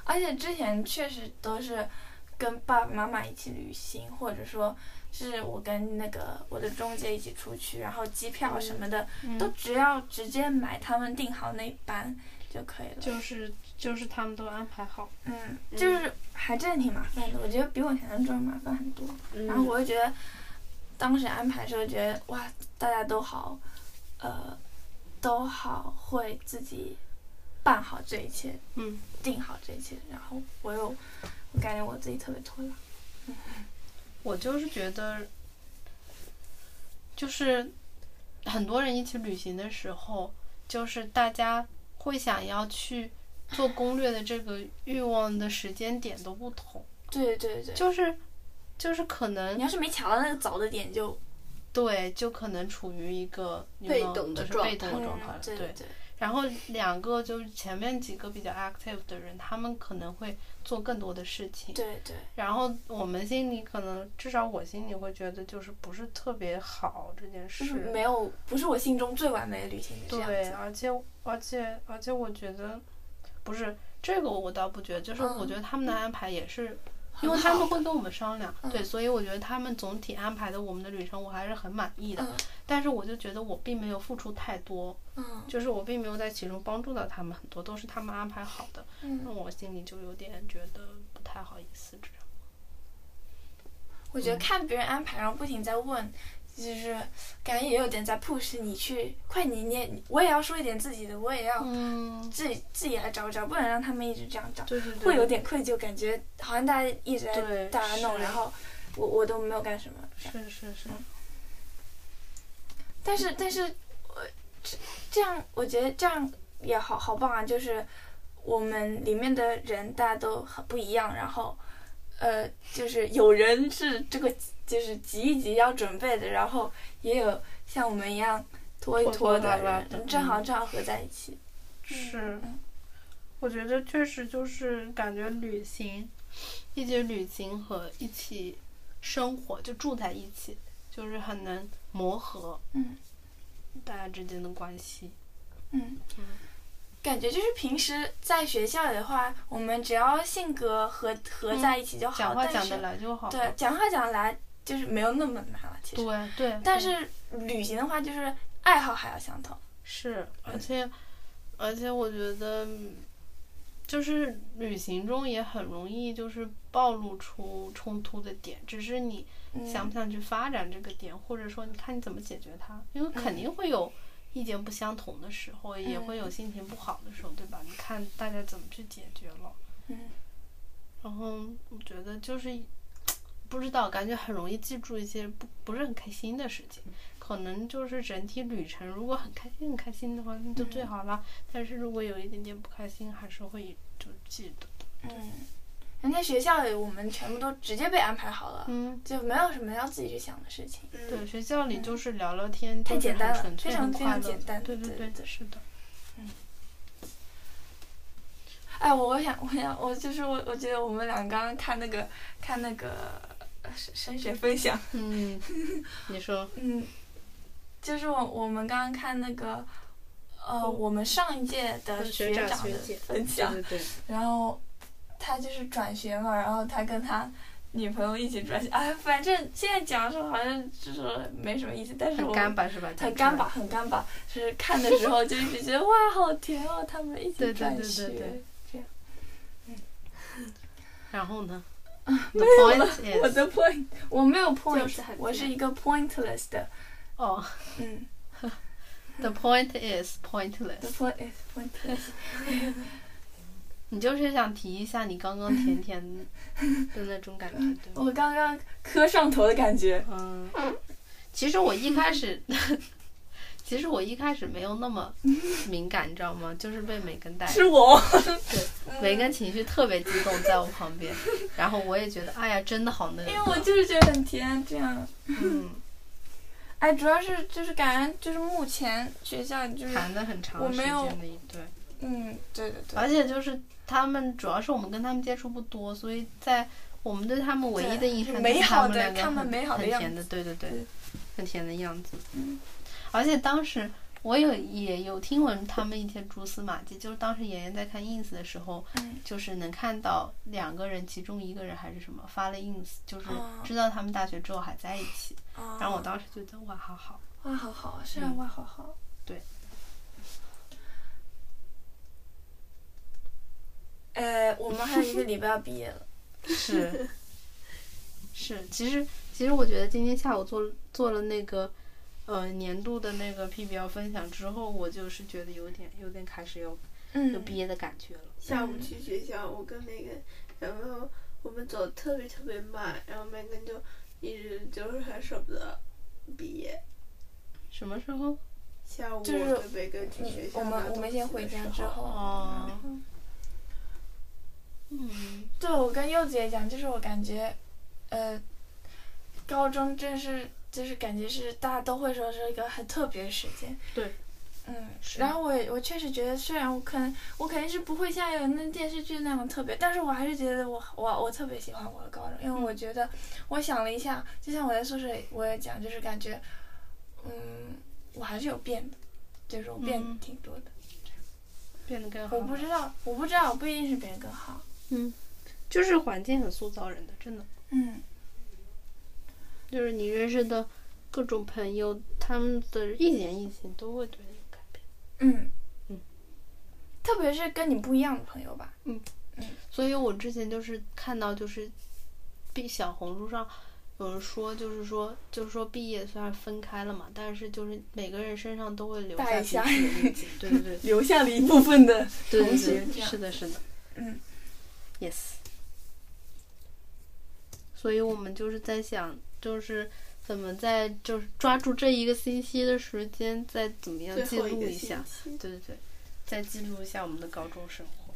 B: 而且之前确实都是跟爸爸妈妈一起旅行，或者说是我跟那个我的中介一起出去，然后机票什么的、
C: 嗯
B: 都只要直接买他们订好那班就可以了。
C: 就是就是他们都安排好，
B: 嗯，
A: 嗯
B: 就是还真的挺麻烦的，我觉得比我想象中的麻烦很多。
A: 嗯
B: 然后我就觉得当时安排的时候，觉得哇，大家都好，呃，都好会自己办好这一切，
C: 嗯，
B: 定好这一切。然后我又，我感觉我自己特别拖拉。
C: 我就是觉得，就是很多人一起旅行的时候，就是大家会想要去做攻略的这个欲望的时间点都不同，
B: 对对对，
C: 就是就是可能
B: 你要是没抢到那个早的点就，
C: 对，就可能处于一个你
A: 被
C: 知道
A: 动的
C: 就是
A: 状
C: 被动的
B: 嗯
C: 状态了，
B: 对
C: 对。
B: 对，
C: 然后两个就是前面几个比较 active 的人，他们可能会做更多的事情，
B: 对对，
C: 然后我们心里可能，至少我心里会觉得就是不是特别好这件
B: 就是
C: 事。
B: 嗯没有，不是我心中最完美的旅行的这样
C: 对，
B: 子。
C: 而且而且而且我觉得，不是这个我倒不觉得，就是
B: 嗯
C: 我觉得他们的安排也是，因
B: 很
C: 为他
B: 好
C: 们会跟我们商量，
B: 嗯
C: 对，所以我觉得他们总体安排的我们的旅程我还是很满意的。
B: 嗯
C: 但是我就觉得我并没有付出太多，
B: 嗯
C: 就是我并没有在其中帮助到他们很多，都是他们安排好的，那
B: 嗯，
C: 我心里就有点觉得不太好意思这样。
B: 我觉得看别人安排，然后不停在问，就是感觉也有点在 push 你去快你你也我也要说一点自己的，我也要
C: 嗯，
B: 自己自己来找找，不能让他们一直这样找，
C: 对对对，
B: 会有点愧疚，感觉好像大家一直在
C: 对
B: 大家弄，
C: 是
B: 然后我我都没有干什么。
C: 是是是，
B: 但是但是，我这这样我觉得这样也好好棒啊，就是我们里面的人大家都很不一样，然后呃，就是有人是这个就是急一急要准备的，然后也有像我们一样拖一拖
C: 拖拖拉
B: 的
C: 拉
B: 人，
C: 的
B: 正好正好合在一起。
C: 是
B: 嗯，
C: 我觉得确实就是感觉旅行，一起旅行和一起生活就住在一起，就是很难磨合
B: 嗯
C: 大家之间的关系。
B: 嗯，感觉就是平时在学校里的话，我们只要性格合合在一起就好，
C: 嗯讲话
B: 但
C: 讲
B: 是
C: 得来就好
B: 对
C: 了。
B: 讲话讲得来就是没有那么难了，其实。
C: 对对，
B: 但
C: 对
B: 是旅行的话，就是爱好还要相同。
C: 是，而且而且我觉得，就是旅行中也很容易就是暴露出冲突的点，只是你
B: 嗯
C: 想不想去发展这个点，或者说你看你怎么解决它，因为
B: 嗯
C: 肯定会有意见不相同的时候，也会有心情不好的时候，对吧？你看大家怎么去解决了。
B: 嗯，
C: 然后我觉得就是不知道，感觉很容易记住一些不不是很开心的事情。
B: 嗯
C: 可能就是整体旅程，如果很开心很开心的话，那就
B: 嗯
C: 最好啦。但是如果有一点点不开心，还是会就记得的。
B: 嗯，人家学校里我们全部都直接被安排好了，
C: 嗯，
B: 就没有什么要自己去想的事情。
C: 对，
A: 嗯，
C: 学校里就是聊聊天，
B: 太
C: 就是
B: 简单
C: 很
B: 了
C: 纯粹
B: 非常
C: 很
B: 非
C: 快
B: 常
C: 乐
B: 简
C: 的
B: 单
C: 对对
B: 对对
C: 是的。
B: 哎，我我想我想我就是我我觉得我们俩刚刚看那个看那个呃升升学 分享，
C: 嗯，你说，
B: 嗯，就是我我们刚刚看那个。呃，我们上一届的
C: 嗯学
B: 学
C: 长
B: 长
C: 学
B: 的
C: 姐
B: 分
C: 对
B: 享，
C: 对对，
B: 然后他就是转学嘛，然后他跟他女朋友一起转学，哎，反正现在讲是好像就是没什么意思，但是
C: 很
B: 我
C: 干巴是吧？
B: 很干巴，。很干巴，就是看的时候就一直觉得哇，好甜哦，他们一
C: 对对
B: 起转
C: 对对
B: 学，
C: 对然后呢
B: 啊没
C: ？The
B: 有了
C: point
B: 我
C: is，
B: 的 point，我没有 point，、
A: 就是很
B: 我是一个 pointless 的，
C: 哦
B: 嗯
C: ，The point is pointless。
B: ，the point is pointless，
C: 你就是想提一下你刚刚甜甜的那种感觉，对吗？
B: 我刚刚磕上头的感觉，
C: 嗯，其实我一开始， 其实我一开始没有那么敏感，你知道吗？就是被梅根带着，
B: 是我，
C: 梅根情绪特别激动，在我旁边，然后我也觉得，哎呀，真的好嫩
B: 因，为我就是觉得很甜，这样。
C: 嗯，
B: 哎，主要是就是感觉就是目前学校就是
C: 谈了很长
B: 我
C: 时
B: 没有
C: 间的一对，
B: 嗯，对对对，
C: 而且就是他们，主要是我们跟他们接触不多，所以在我们对他们唯一的印象就是
B: 美好的
C: 们两个
B: 他们
C: 很
B: 美好的
C: 很
B: 样
C: 甜的，对对对
B: 对，
C: 很甜的样子
B: 嗯。
C: 而且当时我有也有听闻他们一些蛛丝马迹，就是当时妍妍在看 ins 的时候，
B: 嗯
C: 就是能看到两个人，其中一个人还是什么发了 ins，就是
B: 哦
C: 知道他们大学之后还在一起。
B: 啊
C: 然后我当时就觉得哇，好好，
B: 哇，好好，是啊
C: 嗯，
B: 哇，好好，
C: 对。
B: 呃，我们还有一个礼拜要毕 业了，
C: 是是，其实其实我觉得今天下午做做了那个呃年度的那个 PBL 分享之后，我就是觉得有点有点开始有有
B: 嗯
C: 毕业的感觉了。
A: 下午去学校，我跟梅根，然后我们走得特别特别慢，然后梅根就一直就是很舍不得毕业。
C: 什么时候？
A: 下午
B: 就是
A: 我跟梅根去学
B: 你
A: 校
B: 我
A: 拿
B: 们
A: 东西的时候，
B: 我们先回家之后，
C: 哦
B: 然后
C: 嗯，
B: 对我跟柚子也讲，就是我感觉，呃，高中真是就是感觉是大家都会说是一个很特别的时间，
C: 对。
B: 嗯，
C: 是
B: 然后我也我确实觉得，虽然我可能我肯定是不会像有那电视剧那样特别，但是我还是觉得我我我特别喜欢我的高中，因为
C: 嗯
B: 我觉得我想了一下，就像我在宿舍里我也讲，就是感觉，嗯，我还是有变的，就是我变
C: 嗯
B: 挺多的。
C: 变得更好。
B: 我不知道，我不知道，不一定是别人更好。
C: 就是环境很塑造人的，真的，
B: 嗯
C: 就是你认识的各种朋友，他们的一言一行都会对你有改变。
B: 嗯
C: 嗯，
B: 特别是跟你不一样的朋友吧。
C: 所以我之前就是看到就是，毕小红书上有人说，就是说就是说毕业虽然分开了嘛，但是就是每个人身上都会留
B: 带
C: 下
B: 一
C: 自己的印
B: 下
C: 记。对对对
B: 留下了一部分的，
C: 对
B: 同
C: 对
B: 学
C: 对，
B: 这样
C: 是的，是的，
B: 嗯
C: ，yes。所以我们就是在想，就是怎么在就是抓住这一个星期的时间，再怎么样
A: 最
C: 记
A: 后
C: 录
A: 个
C: 一
A: 星
C: 下。
A: 期。
C: 对对对，再记录一下我们的高中生活。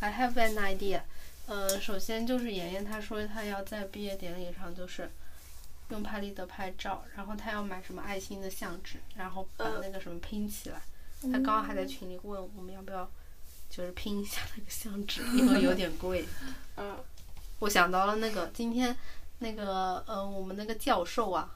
C: I have an idea。呃，首先就是妍妍她说她要在毕业典礼上就是用拍立得拍照，然后她要买什么爱心的相纸，然后把
A: 嗯
C: 那个什么拼起来。她刚刚
B: 嗯
C: 还在群里问我们要不要就是拼一下那个相纸，因为有点贵。
A: 嗯，
C: 我想到了那个今天那个呃我们那个教授啊，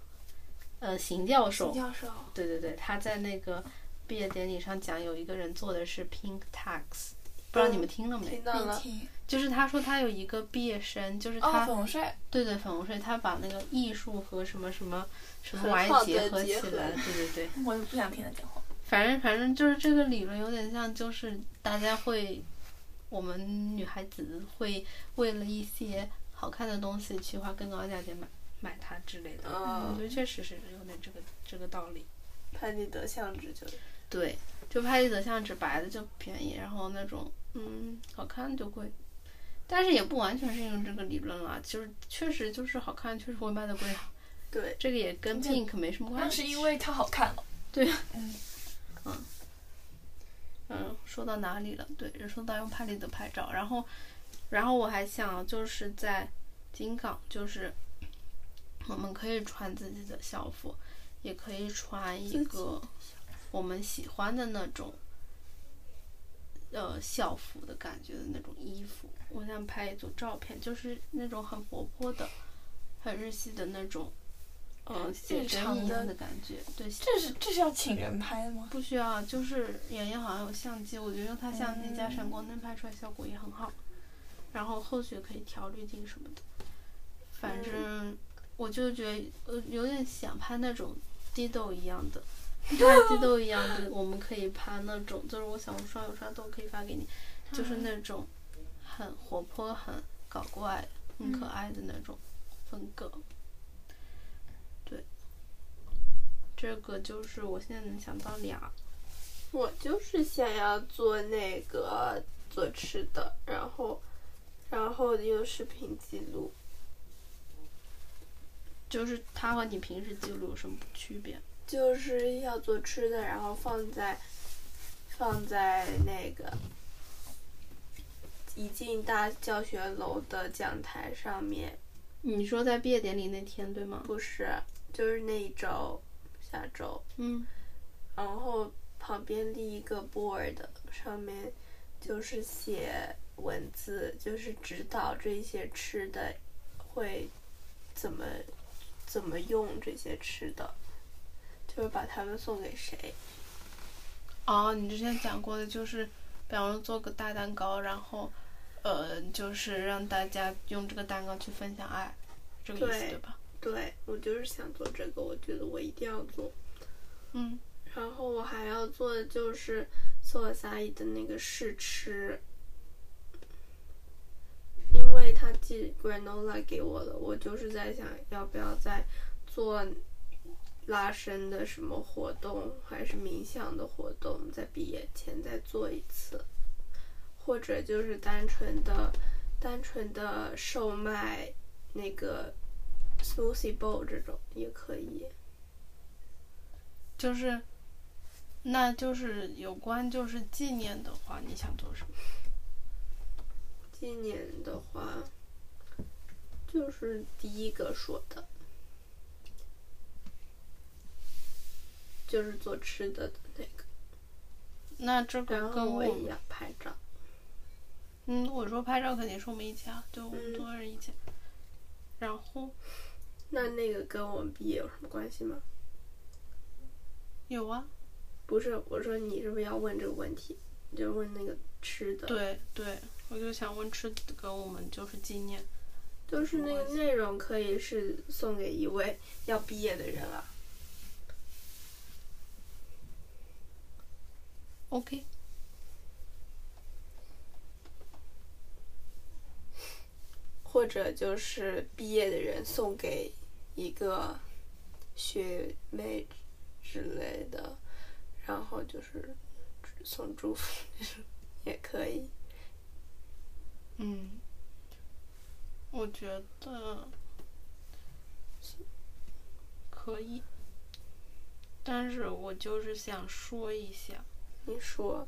C: 呃邢教授，
B: 教授，
A: 嗯
C: 对对对，他在那个毕业典礼上讲，有一个人做的是 pink tax，不知道你们听了没
A: 听？到了，
B: 听
C: 就是他说他有一个毕业生，就是
B: 哦，
C: 他
B: 粉红帅，
C: 对对，粉红睡，他把那个艺术和什么什么什么
A: 很
C: 玩意
A: 好
C: 儿
A: 的
C: 结合起
A: 结合
C: 来，对对对，
B: 我就不想听他讲话。
C: 反正反正就是这个理论有点像，就是大家会，我们女孩子会为了一些好看的东西去花更高的价钱买买它之类的。我觉
A: 嗯，
C: 得确实是有点这个这个道理。
A: 潘基德相纸就
C: 对，就拍立得像纸白的就便宜，然后那种嗯好看就贵，但是也不完全是用这个理论啦，就是确实就是好看确实会卖的贵，
A: 对，
C: 这个也跟
B: 这
C: Pink 没什么
B: 那
C: 关
B: 是
C: 系。
B: 因为他好看了。
C: 嗯，说到哪里了？对，说到用拍立得拍照，然后，然后我还想就是在金港，就是我们可以穿自己的校服，也可以穿一个我们喜欢的那种，呃，校服的感觉的那种衣服。我想拍一组照片，就是那种很活泼的，很日系的那种，呃，写
B: 日
C: 真
B: 常
C: 一样
B: 的
C: 的感觉。对，
B: 这是这是要请人拍的吗？
C: 不需要，就是妍妍好像有相机，我觉得用她相机加闪光灯拍出来效果也很好。然后后续可以调滤镜什么的，反正我就觉得呃有点想拍那种滴豆一样的，拍滴豆一样的，我们可以拍那种，就是我小红书上有刷到，我可以发给你，就是那种很活泼、很搞怪、很可爱的那种风格。对，这个就是我现在能想到俩。
A: 我就是想要做那个做吃的，然后，然后有视频记录，
C: 就是它和你平时记录有什么区别？
A: 就是要做吃的，然后放在放在那个一进大教学楼的讲台上面，
C: 你说在毕业典礼那天对吗？
A: 不是，就是那一周，下周，
C: 嗯，
A: 然后旁边立一个 board，上面就是写文字，就是指导这些吃的会怎么怎么用这些吃的，就是把它们送给谁。
C: 哦，你之前讲过的就是，比方说做个大蛋糕，然后，呃，就是让大家用这个蛋糕去分享爱，这个意思
A: 对
C: 对吧？
A: 对我就是想做这个，我觉得我一定要做。
C: 嗯，
A: 然后我还要做的就是索萨伊的那个试吃，因为他寄 granola 给我了，我就是在想要不要再做拉伸的什么活动，还是冥想的活动，在毕业前再做一次，或者就是单纯的、单纯的售卖那个 smoothie bowl 这种也可以。
C: 就是，那就是有关就是纪念的话，你想做什么？
A: 今年的话，就是第一个说的，就是做吃的的那个，
C: 那这个
A: 然
C: 跟
A: 后
C: 我
A: 我也
C: 们，
A: 要拍照。
C: 嗯，我说拍照肯定是我们一起啊，对，我们
A: 嗯
C: 多人一起。然后
A: 那那个跟我们毕业有什么关系吗？
C: 有啊，
A: 不是，我说你是不是要问这个问题？就问那个吃的，，
C: 对对，我就想问吃的跟我们就是纪念，
A: 就是那个内容可以是送给一位要毕业的人了。
C: OK。
A: 或者就是毕业的人送给一个学妹之类的，然后就是送祝福也可以。
C: 嗯，我觉得可以，但是我就是想说一下，
A: 你说，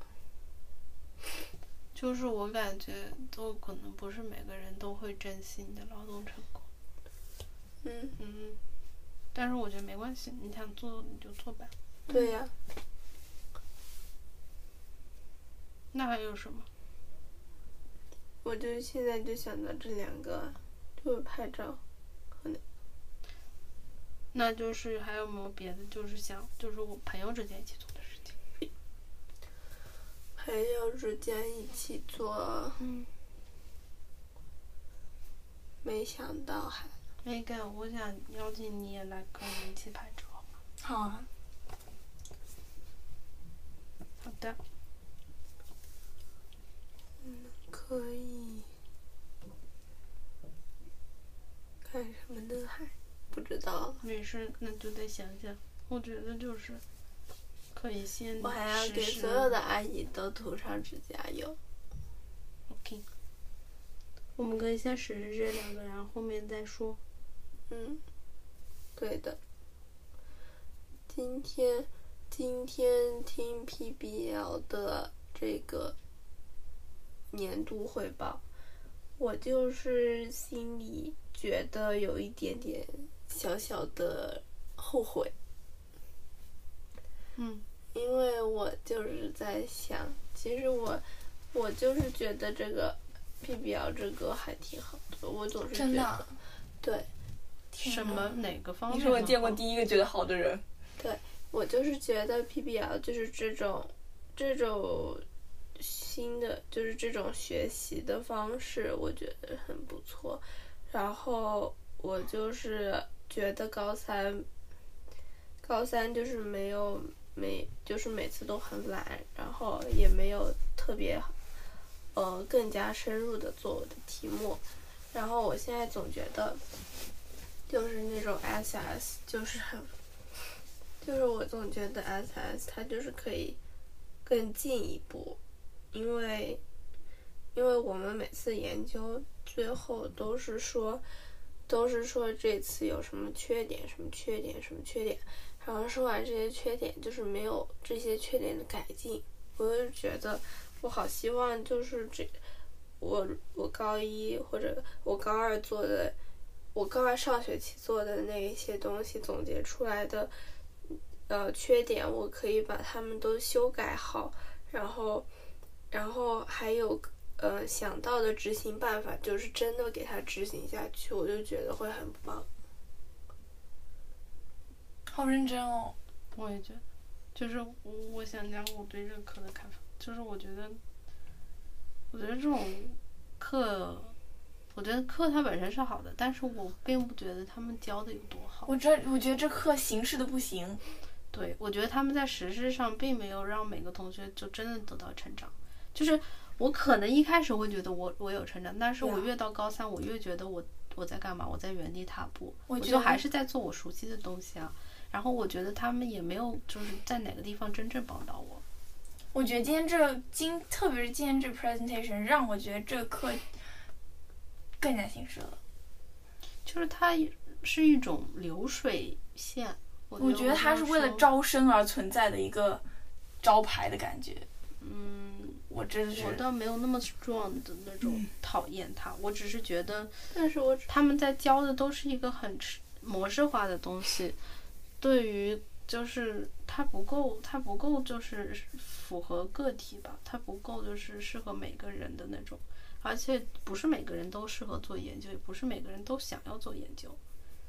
C: 就是我感觉都可能不是每个人都会珍惜你的劳动成果，
A: 嗯，
C: 嗯，但是我觉得没关系，你想做你就做呗。
A: 对呀、
C: 那还有什么？
A: 我就现在就想到这两个，就是拍照。
C: 那就是还有没有别的？就是想，就是我朋友之间一起做的事情。
A: 还朋友之间一起做，
C: 嗯，
A: 没想到还
C: 那个我想邀请你也来跟我们一起拍照。
B: 好啊，
C: 好的，
A: 可以干什么呢？还不知道。
C: 没事，那就再想想。我觉得就是可以先
A: 我还要
C: 实
A: 给
C: 施
A: 所有的阿姨都涂上指甲油。
C: OK，我们可以先实施这两个，然后后面再说。
A: 嗯，对的。今天今天听 PBL 的这个年度汇报，我就是心里觉得有一点点小小的后悔，
C: 嗯
A: 因为我就是在想，其实我我就是觉得这个 PBL 这个还挺好的，我总是觉
B: 真的
A: 得
B: 啊。
A: 对。
B: 天
C: 什
B: 哪
C: 么哪个方面？
D: 你是我见过。第一个觉得好的人。
A: 我就是觉得 PBL 就是这种这种新的，就是这种学习的方式，我觉得很不错。然后我就是觉得高三，高三就是没有每就是每次都很懒，然后也没有特别呃更加深入的做我的题目。然后我现在总觉得就是那种 SS 就是很就是我总觉得 SS 它就是可以更进一步，因为因为我们每次研究最后都是说都是说这次有什么缺点，什么缺点，什么缺点，然后说完这些缺点，就是没有这些缺点的改进，我就觉得我好希望就是这我我高一或者我高二做的，我高二上学期做的那一些东西总结出来的。呃缺点，我可以把它们都修改好，然后，然后还有呃想到的执行办法，就是真的给它执行下去，我就觉得会很棒。
B: 好认真哦，
C: 我也觉得，就是我我想讲我对这个课的看法，就是我觉得，我觉得这种课，我觉得课它本身是好的，但是我并不觉得他们教的有多好。
B: 我这我觉得这课形式的不行，
C: 对，我觉得他们在实施上并没有让每个同学就真的得到成长。就是我可能一开始会觉得我我有成长，但是
B: 对啊
C: 我越到高三，我越觉得我我在干嘛？我在原地踏步，
B: 我
C: 我
B: 觉
C: 就
B: 得
C: 还是在做我熟悉的东西啊。然后我觉得他们也没有就是在哪个地方真正帮到我。
B: 我觉得今天这今特别是今天这 presentation 让我觉得这课更加形式了。
C: 就是它是一种流水线，
B: 我
C: 我
B: 觉得它
C: 它
B: 是为了，招生而存在的一个招牌的感觉。
C: 嗯，
B: 我真的是
C: 我倒没有那么 strong 的那
B: 嗯
C: 种讨厌它，我只是觉得。
A: 但是我
C: 他们在教的都是一个很吃模式化的东西，对于就是它不够，它不够就是符合个体吧，它不够就是适合每个人的那种，而且不是每个人都适合做研究，也不是每个人都想要做研究，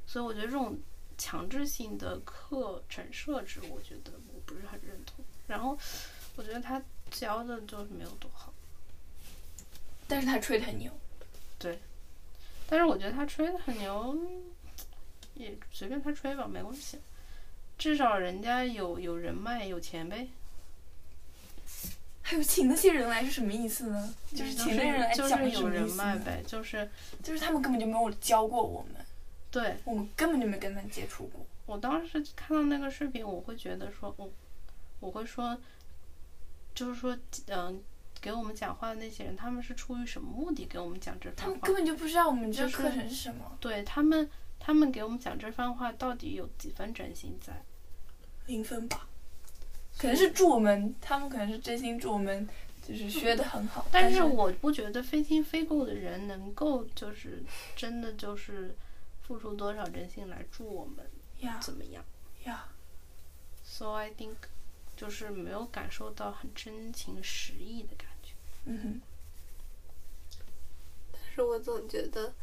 C: 所以我觉得这种强制性的课程设置，我觉得我不是很认同。然后我觉得他教的就是没有多好。
B: 但是他吹的很牛。
C: 但是我觉得他吹的很牛，也随便他吹吧，没关系。至少人家有有人脉，有钱呗。
B: 还有请那些人来是什么意思呢？嗯就是请那人来
C: 就
B: 讲
C: 是
B: 是
C: 有
B: 什么
C: 人
B: 意思
C: 脉
B: 呢？
C: 呗，就是
B: 就是他们根本就没有教过我们，
C: 对
B: 我们根本就没跟他们接触过。
C: 我当时看到那个视频，我会觉得说，我我会说，就是说，嗯、给我们讲话的那些人，他们是出于什么目的给我们讲这
B: 他
C: 番
B: 们
C: 话
B: 根？嗯本就不知道我们这
C: 就是
B: 课程是什么，
C: 对他们，他们给我们讲这番话到底有几分真心在？
B: 零分吧。可能是祝我们，他们可能是真心祝我们，就是学的很好。
C: 但
B: 但
C: 是我不觉得非亲非故的人能够就是真的就是付出多少真心来助我们
B: 呀
C: 怎么样
B: 呀，
C: ？So I think 就是没有感受到很真情实意的感觉。
B: 嗯
A: 但是我总觉得，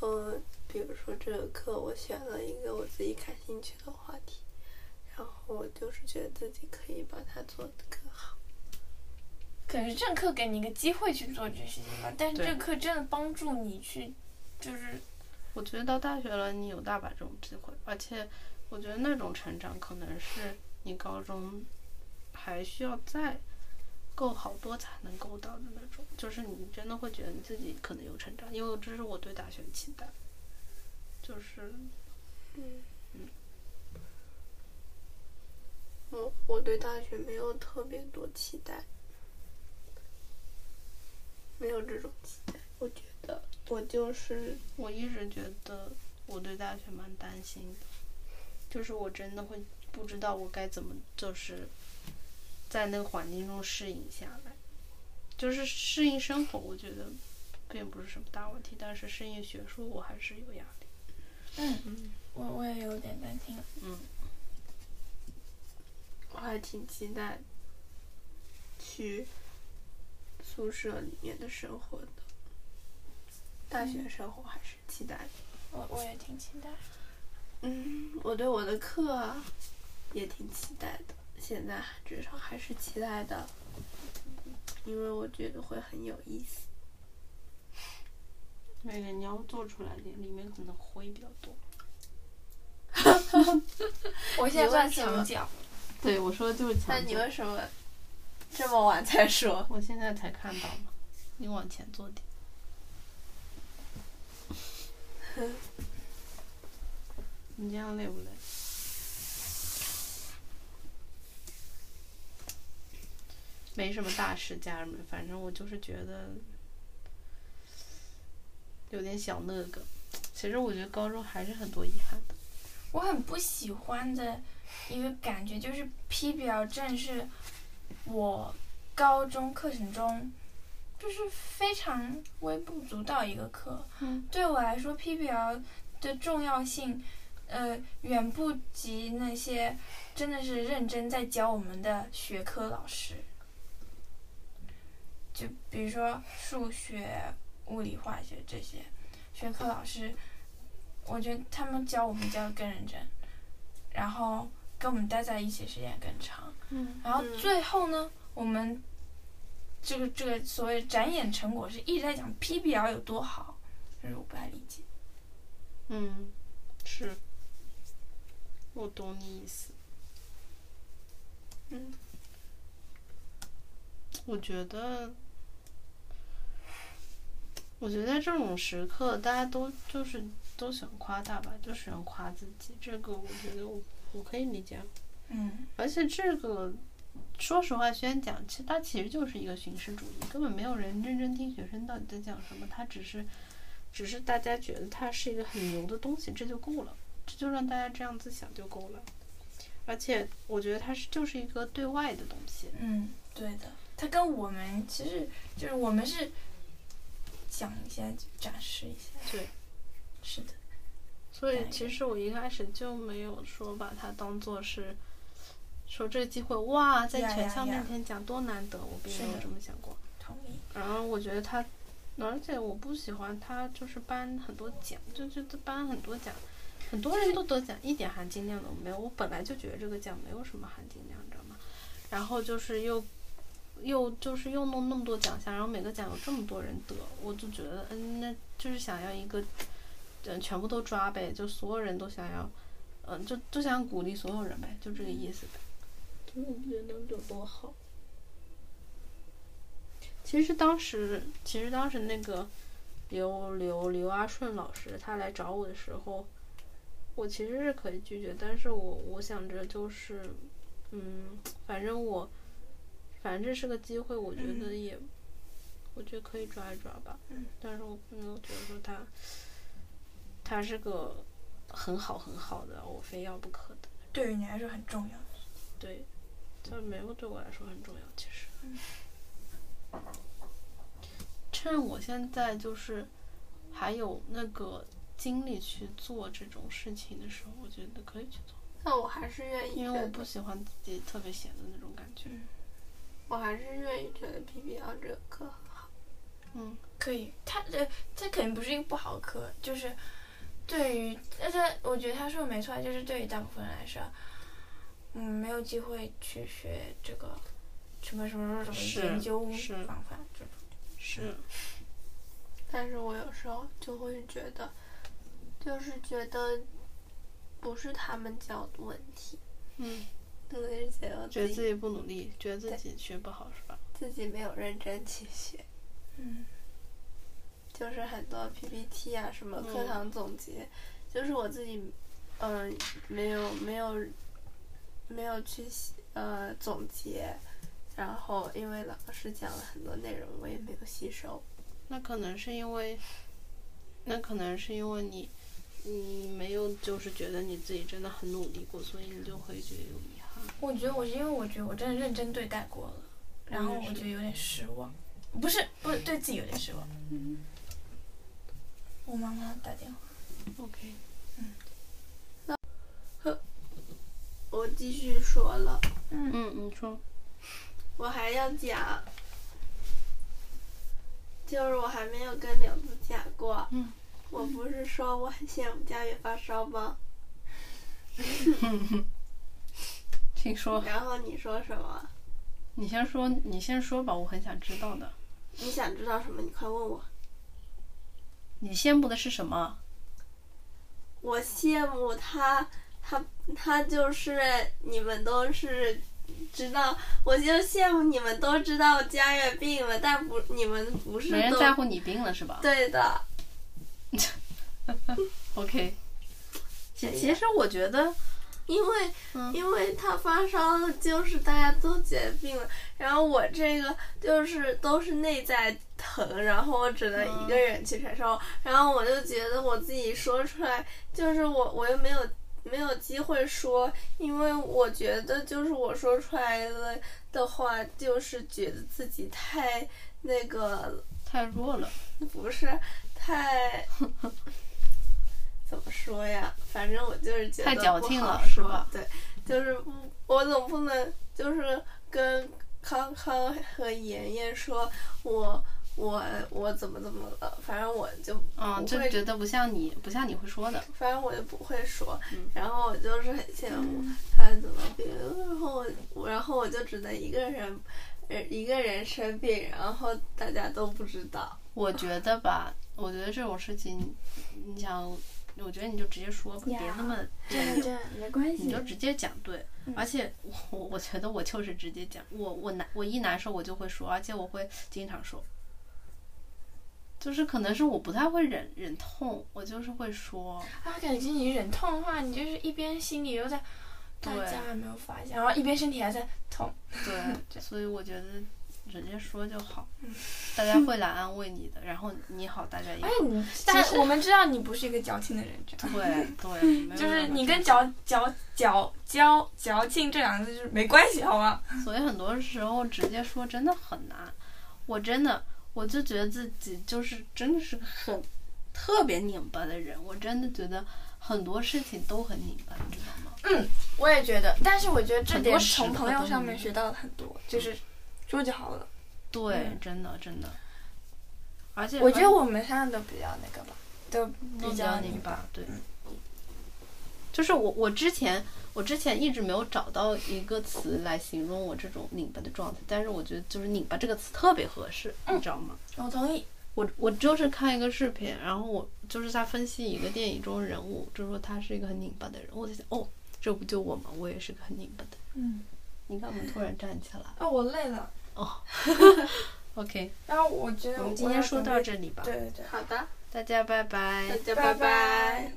A: 嗯，比如说这个课我选了一个我自己感兴趣的话题，然后我就是觉得自己可以把它做得更好。
B: 哼，可是这课给你一个机会去做这些事情吧，但是
C: 对
B: 这课真的帮助你去，就是
C: 我觉得到大学了，你有大把这种机会，而且我觉得那种成长可能是你高中还需要再够好多才能够到的那种，就是你真的会觉得你自己可能有成长，因为这是我对大学的期待，就是
A: 嗯我我对大学没有特别多期待，没有这种期待。我觉得我就是
C: 我一直觉得我对大学蛮担心的，就是我真的会不知道我该怎么，就是在那个环境中适应下来，就是适应生活，我觉得并不是什么大问题，但是适应学术我还是有压力。
B: 嗯我我也有点担心。
A: 我还挺期待去宿舍里面的生活的，大学生活还是期待的。
B: 我我也挺期待。
A: 嗯，我对我的课啊也挺期待的，现在至少还是期待的，因为我觉得会很有意思。
C: 那个你要做出来点，里面可能灰比较多。
B: 我现在
A: 你问
B: 站
A: 什么
B: 墙角，
C: 对，我说的就是墙
A: 那你为什么这么晚才说？
C: 我现在才看到嘛，你往前坐点。你这样累不累？没什么大事，家人们，反正我就是觉得有点小那个。其实我觉得高中还是很多遗憾的。
B: 我很不喜欢的一个感觉就是 PBL 症是我高中课程中就是非常微不足道一个课。
C: 嗯
B: 对我来说，PBL 的重要性，呃，远不及那些真的是认真在教我们的学科老师。就比如说数学、物理、化学这些学科老师，我觉得他们教我们教的更认真，然后跟我们待在一起时间也更长。
C: 嗯
B: 然后
A: 嗯
B: 最后呢，我们这个这个所谓展演成果是一直在讲 PBL 有多好，就是我不太理解。
C: 嗯，是，我懂你意思。
A: 嗯，
C: 我觉得，我觉得这种时刻，大家都就是都喜欢夸大吧，就喜欢夸自己。这个我觉得我我可以理解，啊
B: 嗯，
C: 而且这个说实话，虽然讲，其实它其实就是一个形式主义，根本没有人认真听学生到底在讲什么，他只是只是大家觉得它是一个很牛的东西，这就够了，这就让大家这样子想就够了。而且我觉得它是就是一个对外的东西，
B: 嗯，对的，它跟我们其实就是我们是讲一下，展示一下。
C: 对，
B: 是的，
C: 所以
B: 对
C: 其实我一开始就没有说把它当做是，说这个机会哇，在
B: 呀
C: 全
B: 呀
C: 校
B: 呀
C: 面前讲多难得，我并
B: 是
C: 没有
B: 的
C: 这么想过。
B: 同意。
C: 然后我觉得他，而且我不喜欢他就是颁很多奖，就就就颁很多奖，很多人都得奖，一点含金量都没有。我本来就觉得这个奖没有什么含金量，你知道吗？然后就是又又就是又弄那么多奖项，然后每个奖有这么多人得，我就觉得嗯，那就是想要一个，嗯，全部都抓呗，就所有人都想要，嗯，就就想鼓励所有人呗，就这个意思呗。
A: 我觉得有多好。
C: 其实当时，其实当时那个刘刘刘阿顺老师他来找我的时候，我其实是可以拒绝，但是我我想着就是，嗯，反正我，反正这是个机会，我觉得也，我觉得可以抓一抓吧。
B: 嗯
C: 但是我不能觉得说他，他是个很好很好的，我非要不可的。
B: 对于你来说很重要。
C: 对，这没有对我来说很重要，其实。趁我现在就是还有那个精力去做这种事情的时候，我觉得可以去做，
A: 但我还是愿意，
C: 因为我不，喜欢自己特别闲的那种感觉。
A: 我还是愿意觉得 PBL 这个课很好。
C: 嗯，
B: 可以，他呃，这肯定不是一个不好的课，就是对于，但是我觉得他说的没错，就是对于大部分人来说，嗯，没有机会去学这个什么什么什么什
C: 是
B: 么研究
C: 是
B: 方法这种。
C: 是，
A: 但是我有时候就会觉得，就是觉得不是他们教的问题，
C: 嗯，
A: 可能是觉得
C: 觉得
A: 自
C: 自
A: 己
C: 己不努力，觉得自己学不好是吧？
A: 自己没有认真去学，
B: 嗯，
A: 就是很多 PPT 啊，什么课
C: 嗯
A: 堂总结，就是我自己，嗯、没有没有没有去写呃总结，然后因为老师讲了很多内容，我也没有吸收。
C: 那可能是因为，那可能是因为你，你没有就是觉得你自己真的很努力过，所以你就会觉得有遗憾。
B: 我觉得我是因为我觉得我真的认真对待过了，然后我就有点失望，不是不是对自己有点失望。我妈妈打电话，
C: OK，
A: 我继续说了，
C: 嗯，你说，
A: 我还要讲，就是我还没有跟柳子讲过，
C: 嗯
A: 我不是说我很羡慕佳悦发烧吗？
C: 请说，
A: 然后你说什么？
C: 你先说，你先说吧，我很想知道的。
A: 你想知道什么？你快问我。
C: 你羡慕的是什么？
A: 我羡慕他，他他就是你们都是知道，我就羡慕你们都知道佳悦病了，但不你们不是
C: 没人
A: 都
C: 在乎你病了是吧
A: 对的，
C: ？OK，其
A: 哎呀
C: 其实我觉得，
A: 因为、
C: 嗯
A: 因为他发烧了，就是大家都觉得病了，然后我这个就是都是内在疼，然后我只能一个人去承受，然后我就觉得我自己说出来，就是我我又没有没有机会说，因为我觉得就是我说出来了的话，就是觉得自己太那个
C: 太弱了。
A: 不是太怎么说呀？反正我就是觉得
C: 太矫情
A: 不好
C: 了是
A: 说
C: 吧？
A: 对，就是不我总不能就是跟康康和妍妍说我我我怎么怎么了，反正我就
C: 嗯，
A: 不
C: 就
A: 会
C: 觉得不像你，不像你会说的。
A: 反正我就不会说，
C: 嗯
A: 然后我就是很羡慕他怎么病，然后我我然后我就只能一个人。呃一个人生病，然后大家都不知道。
C: 我觉得吧，我觉得这种事情，你想，我觉得你就直接说吧，别那么别扭，
B: 样没关
C: 你就直接讲对。
B: 嗯
C: 而且我我觉得我就是直接讲，我我难我一难受我就会说，而且我会经常说，就是可能是我不太会忍忍痛，我就是会说，
B: 啊，感觉你忍痛的话，你就是一边心里又在，大
C: 对
B: 家还没有发现，然后一边身体还在痛。
C: 对，所以我觉得直接说就好，大家会来安慰你的，然后你好，大家也
B: 嗯哎
C: 好，
B: 你，但我们知道你不是一个矫情的人，这样
C: 对 对，没有
B: 就是
C: 那么
B: 你
C: 正
B: 跟矫矫矫矫矫情这两个字就是没关系，好吗？
C: 所以很多时候直接说真的很难。我真的，我就觉得自己就是真的是个很特别拧巴的人。我真的觉得很多事情都很拧巴，你知道吗？
B: 我也觉得，但是我觉得嗯这
C: 很
B: 点
C: 多时
B: 从
C: 刻
B: 朋友
C: 都
B: 上
C: 没
B: 面
C: 有
B: 学到了很多，就是说就好了。
C: 对，
B: 嗯
C: 真的真的。而且
B: 我觉得我们三个都比较那个吧，都
C: 都
B: 比
C: 比
B: 较
C: 较
B: 拧
C: 拧
B: 巴。嗯
C: 巴，对。就是我，我之前我之前一直没有找到一个词来形容我这种拧巴的状态，但是我觉得就是拧巴这个词特别合适，
B: 嗯
C: 你知道吗？
B: 我同意，
C: 我我就是看一个视频，然后我就是在分析一个电影中人物，就说他是一个很拧巴的人，我在想，哦，这不就我吗？我也是个很拧巴的人。
B: 嗯，
C: 你干嘛突然站起来
B: 啊，我累了，
C: ？OK，
B: 然后我觉得
C: 我们今天说到，这里吧，
B: 对对对，
A: 好的，
C: 大家拜拜
A: 大。家拜
B: 拜
A: 拜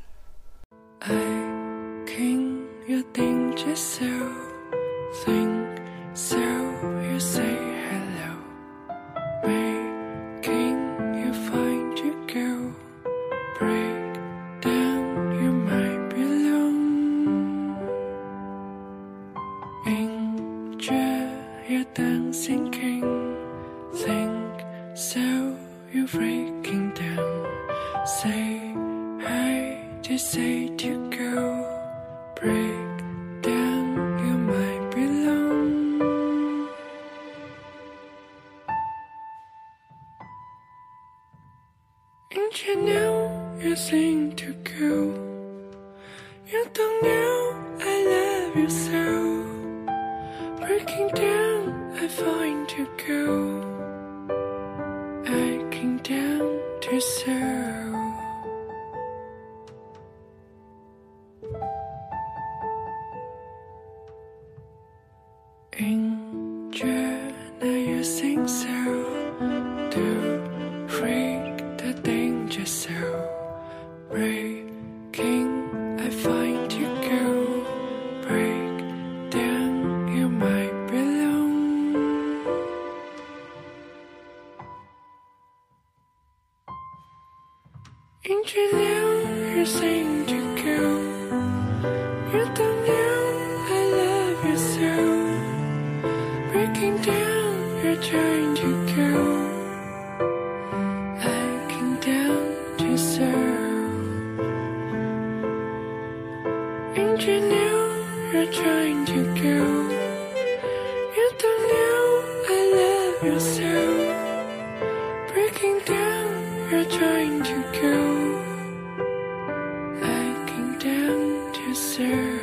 E: 我傾一定至少，think so you say hello。Making you find your girl, break down you might be alone。迎着一等星傾，think so you breaking down。Say hi to say to go. Break down, you might belong. And you know you seem to go. You don't know I love you so. Breaking down, I I find to go? I came down to serve. Angel, now you think so. To freak the danger so. Breaking, I find you go. Break down, you might belong. Angel, now you seem to go. You don't know I love you so. Breaking down, you're trying to go. I came down to serve. And you know you're trying to go. You don't know I love you so. Breaking down, you're trying to go. I came down to serve.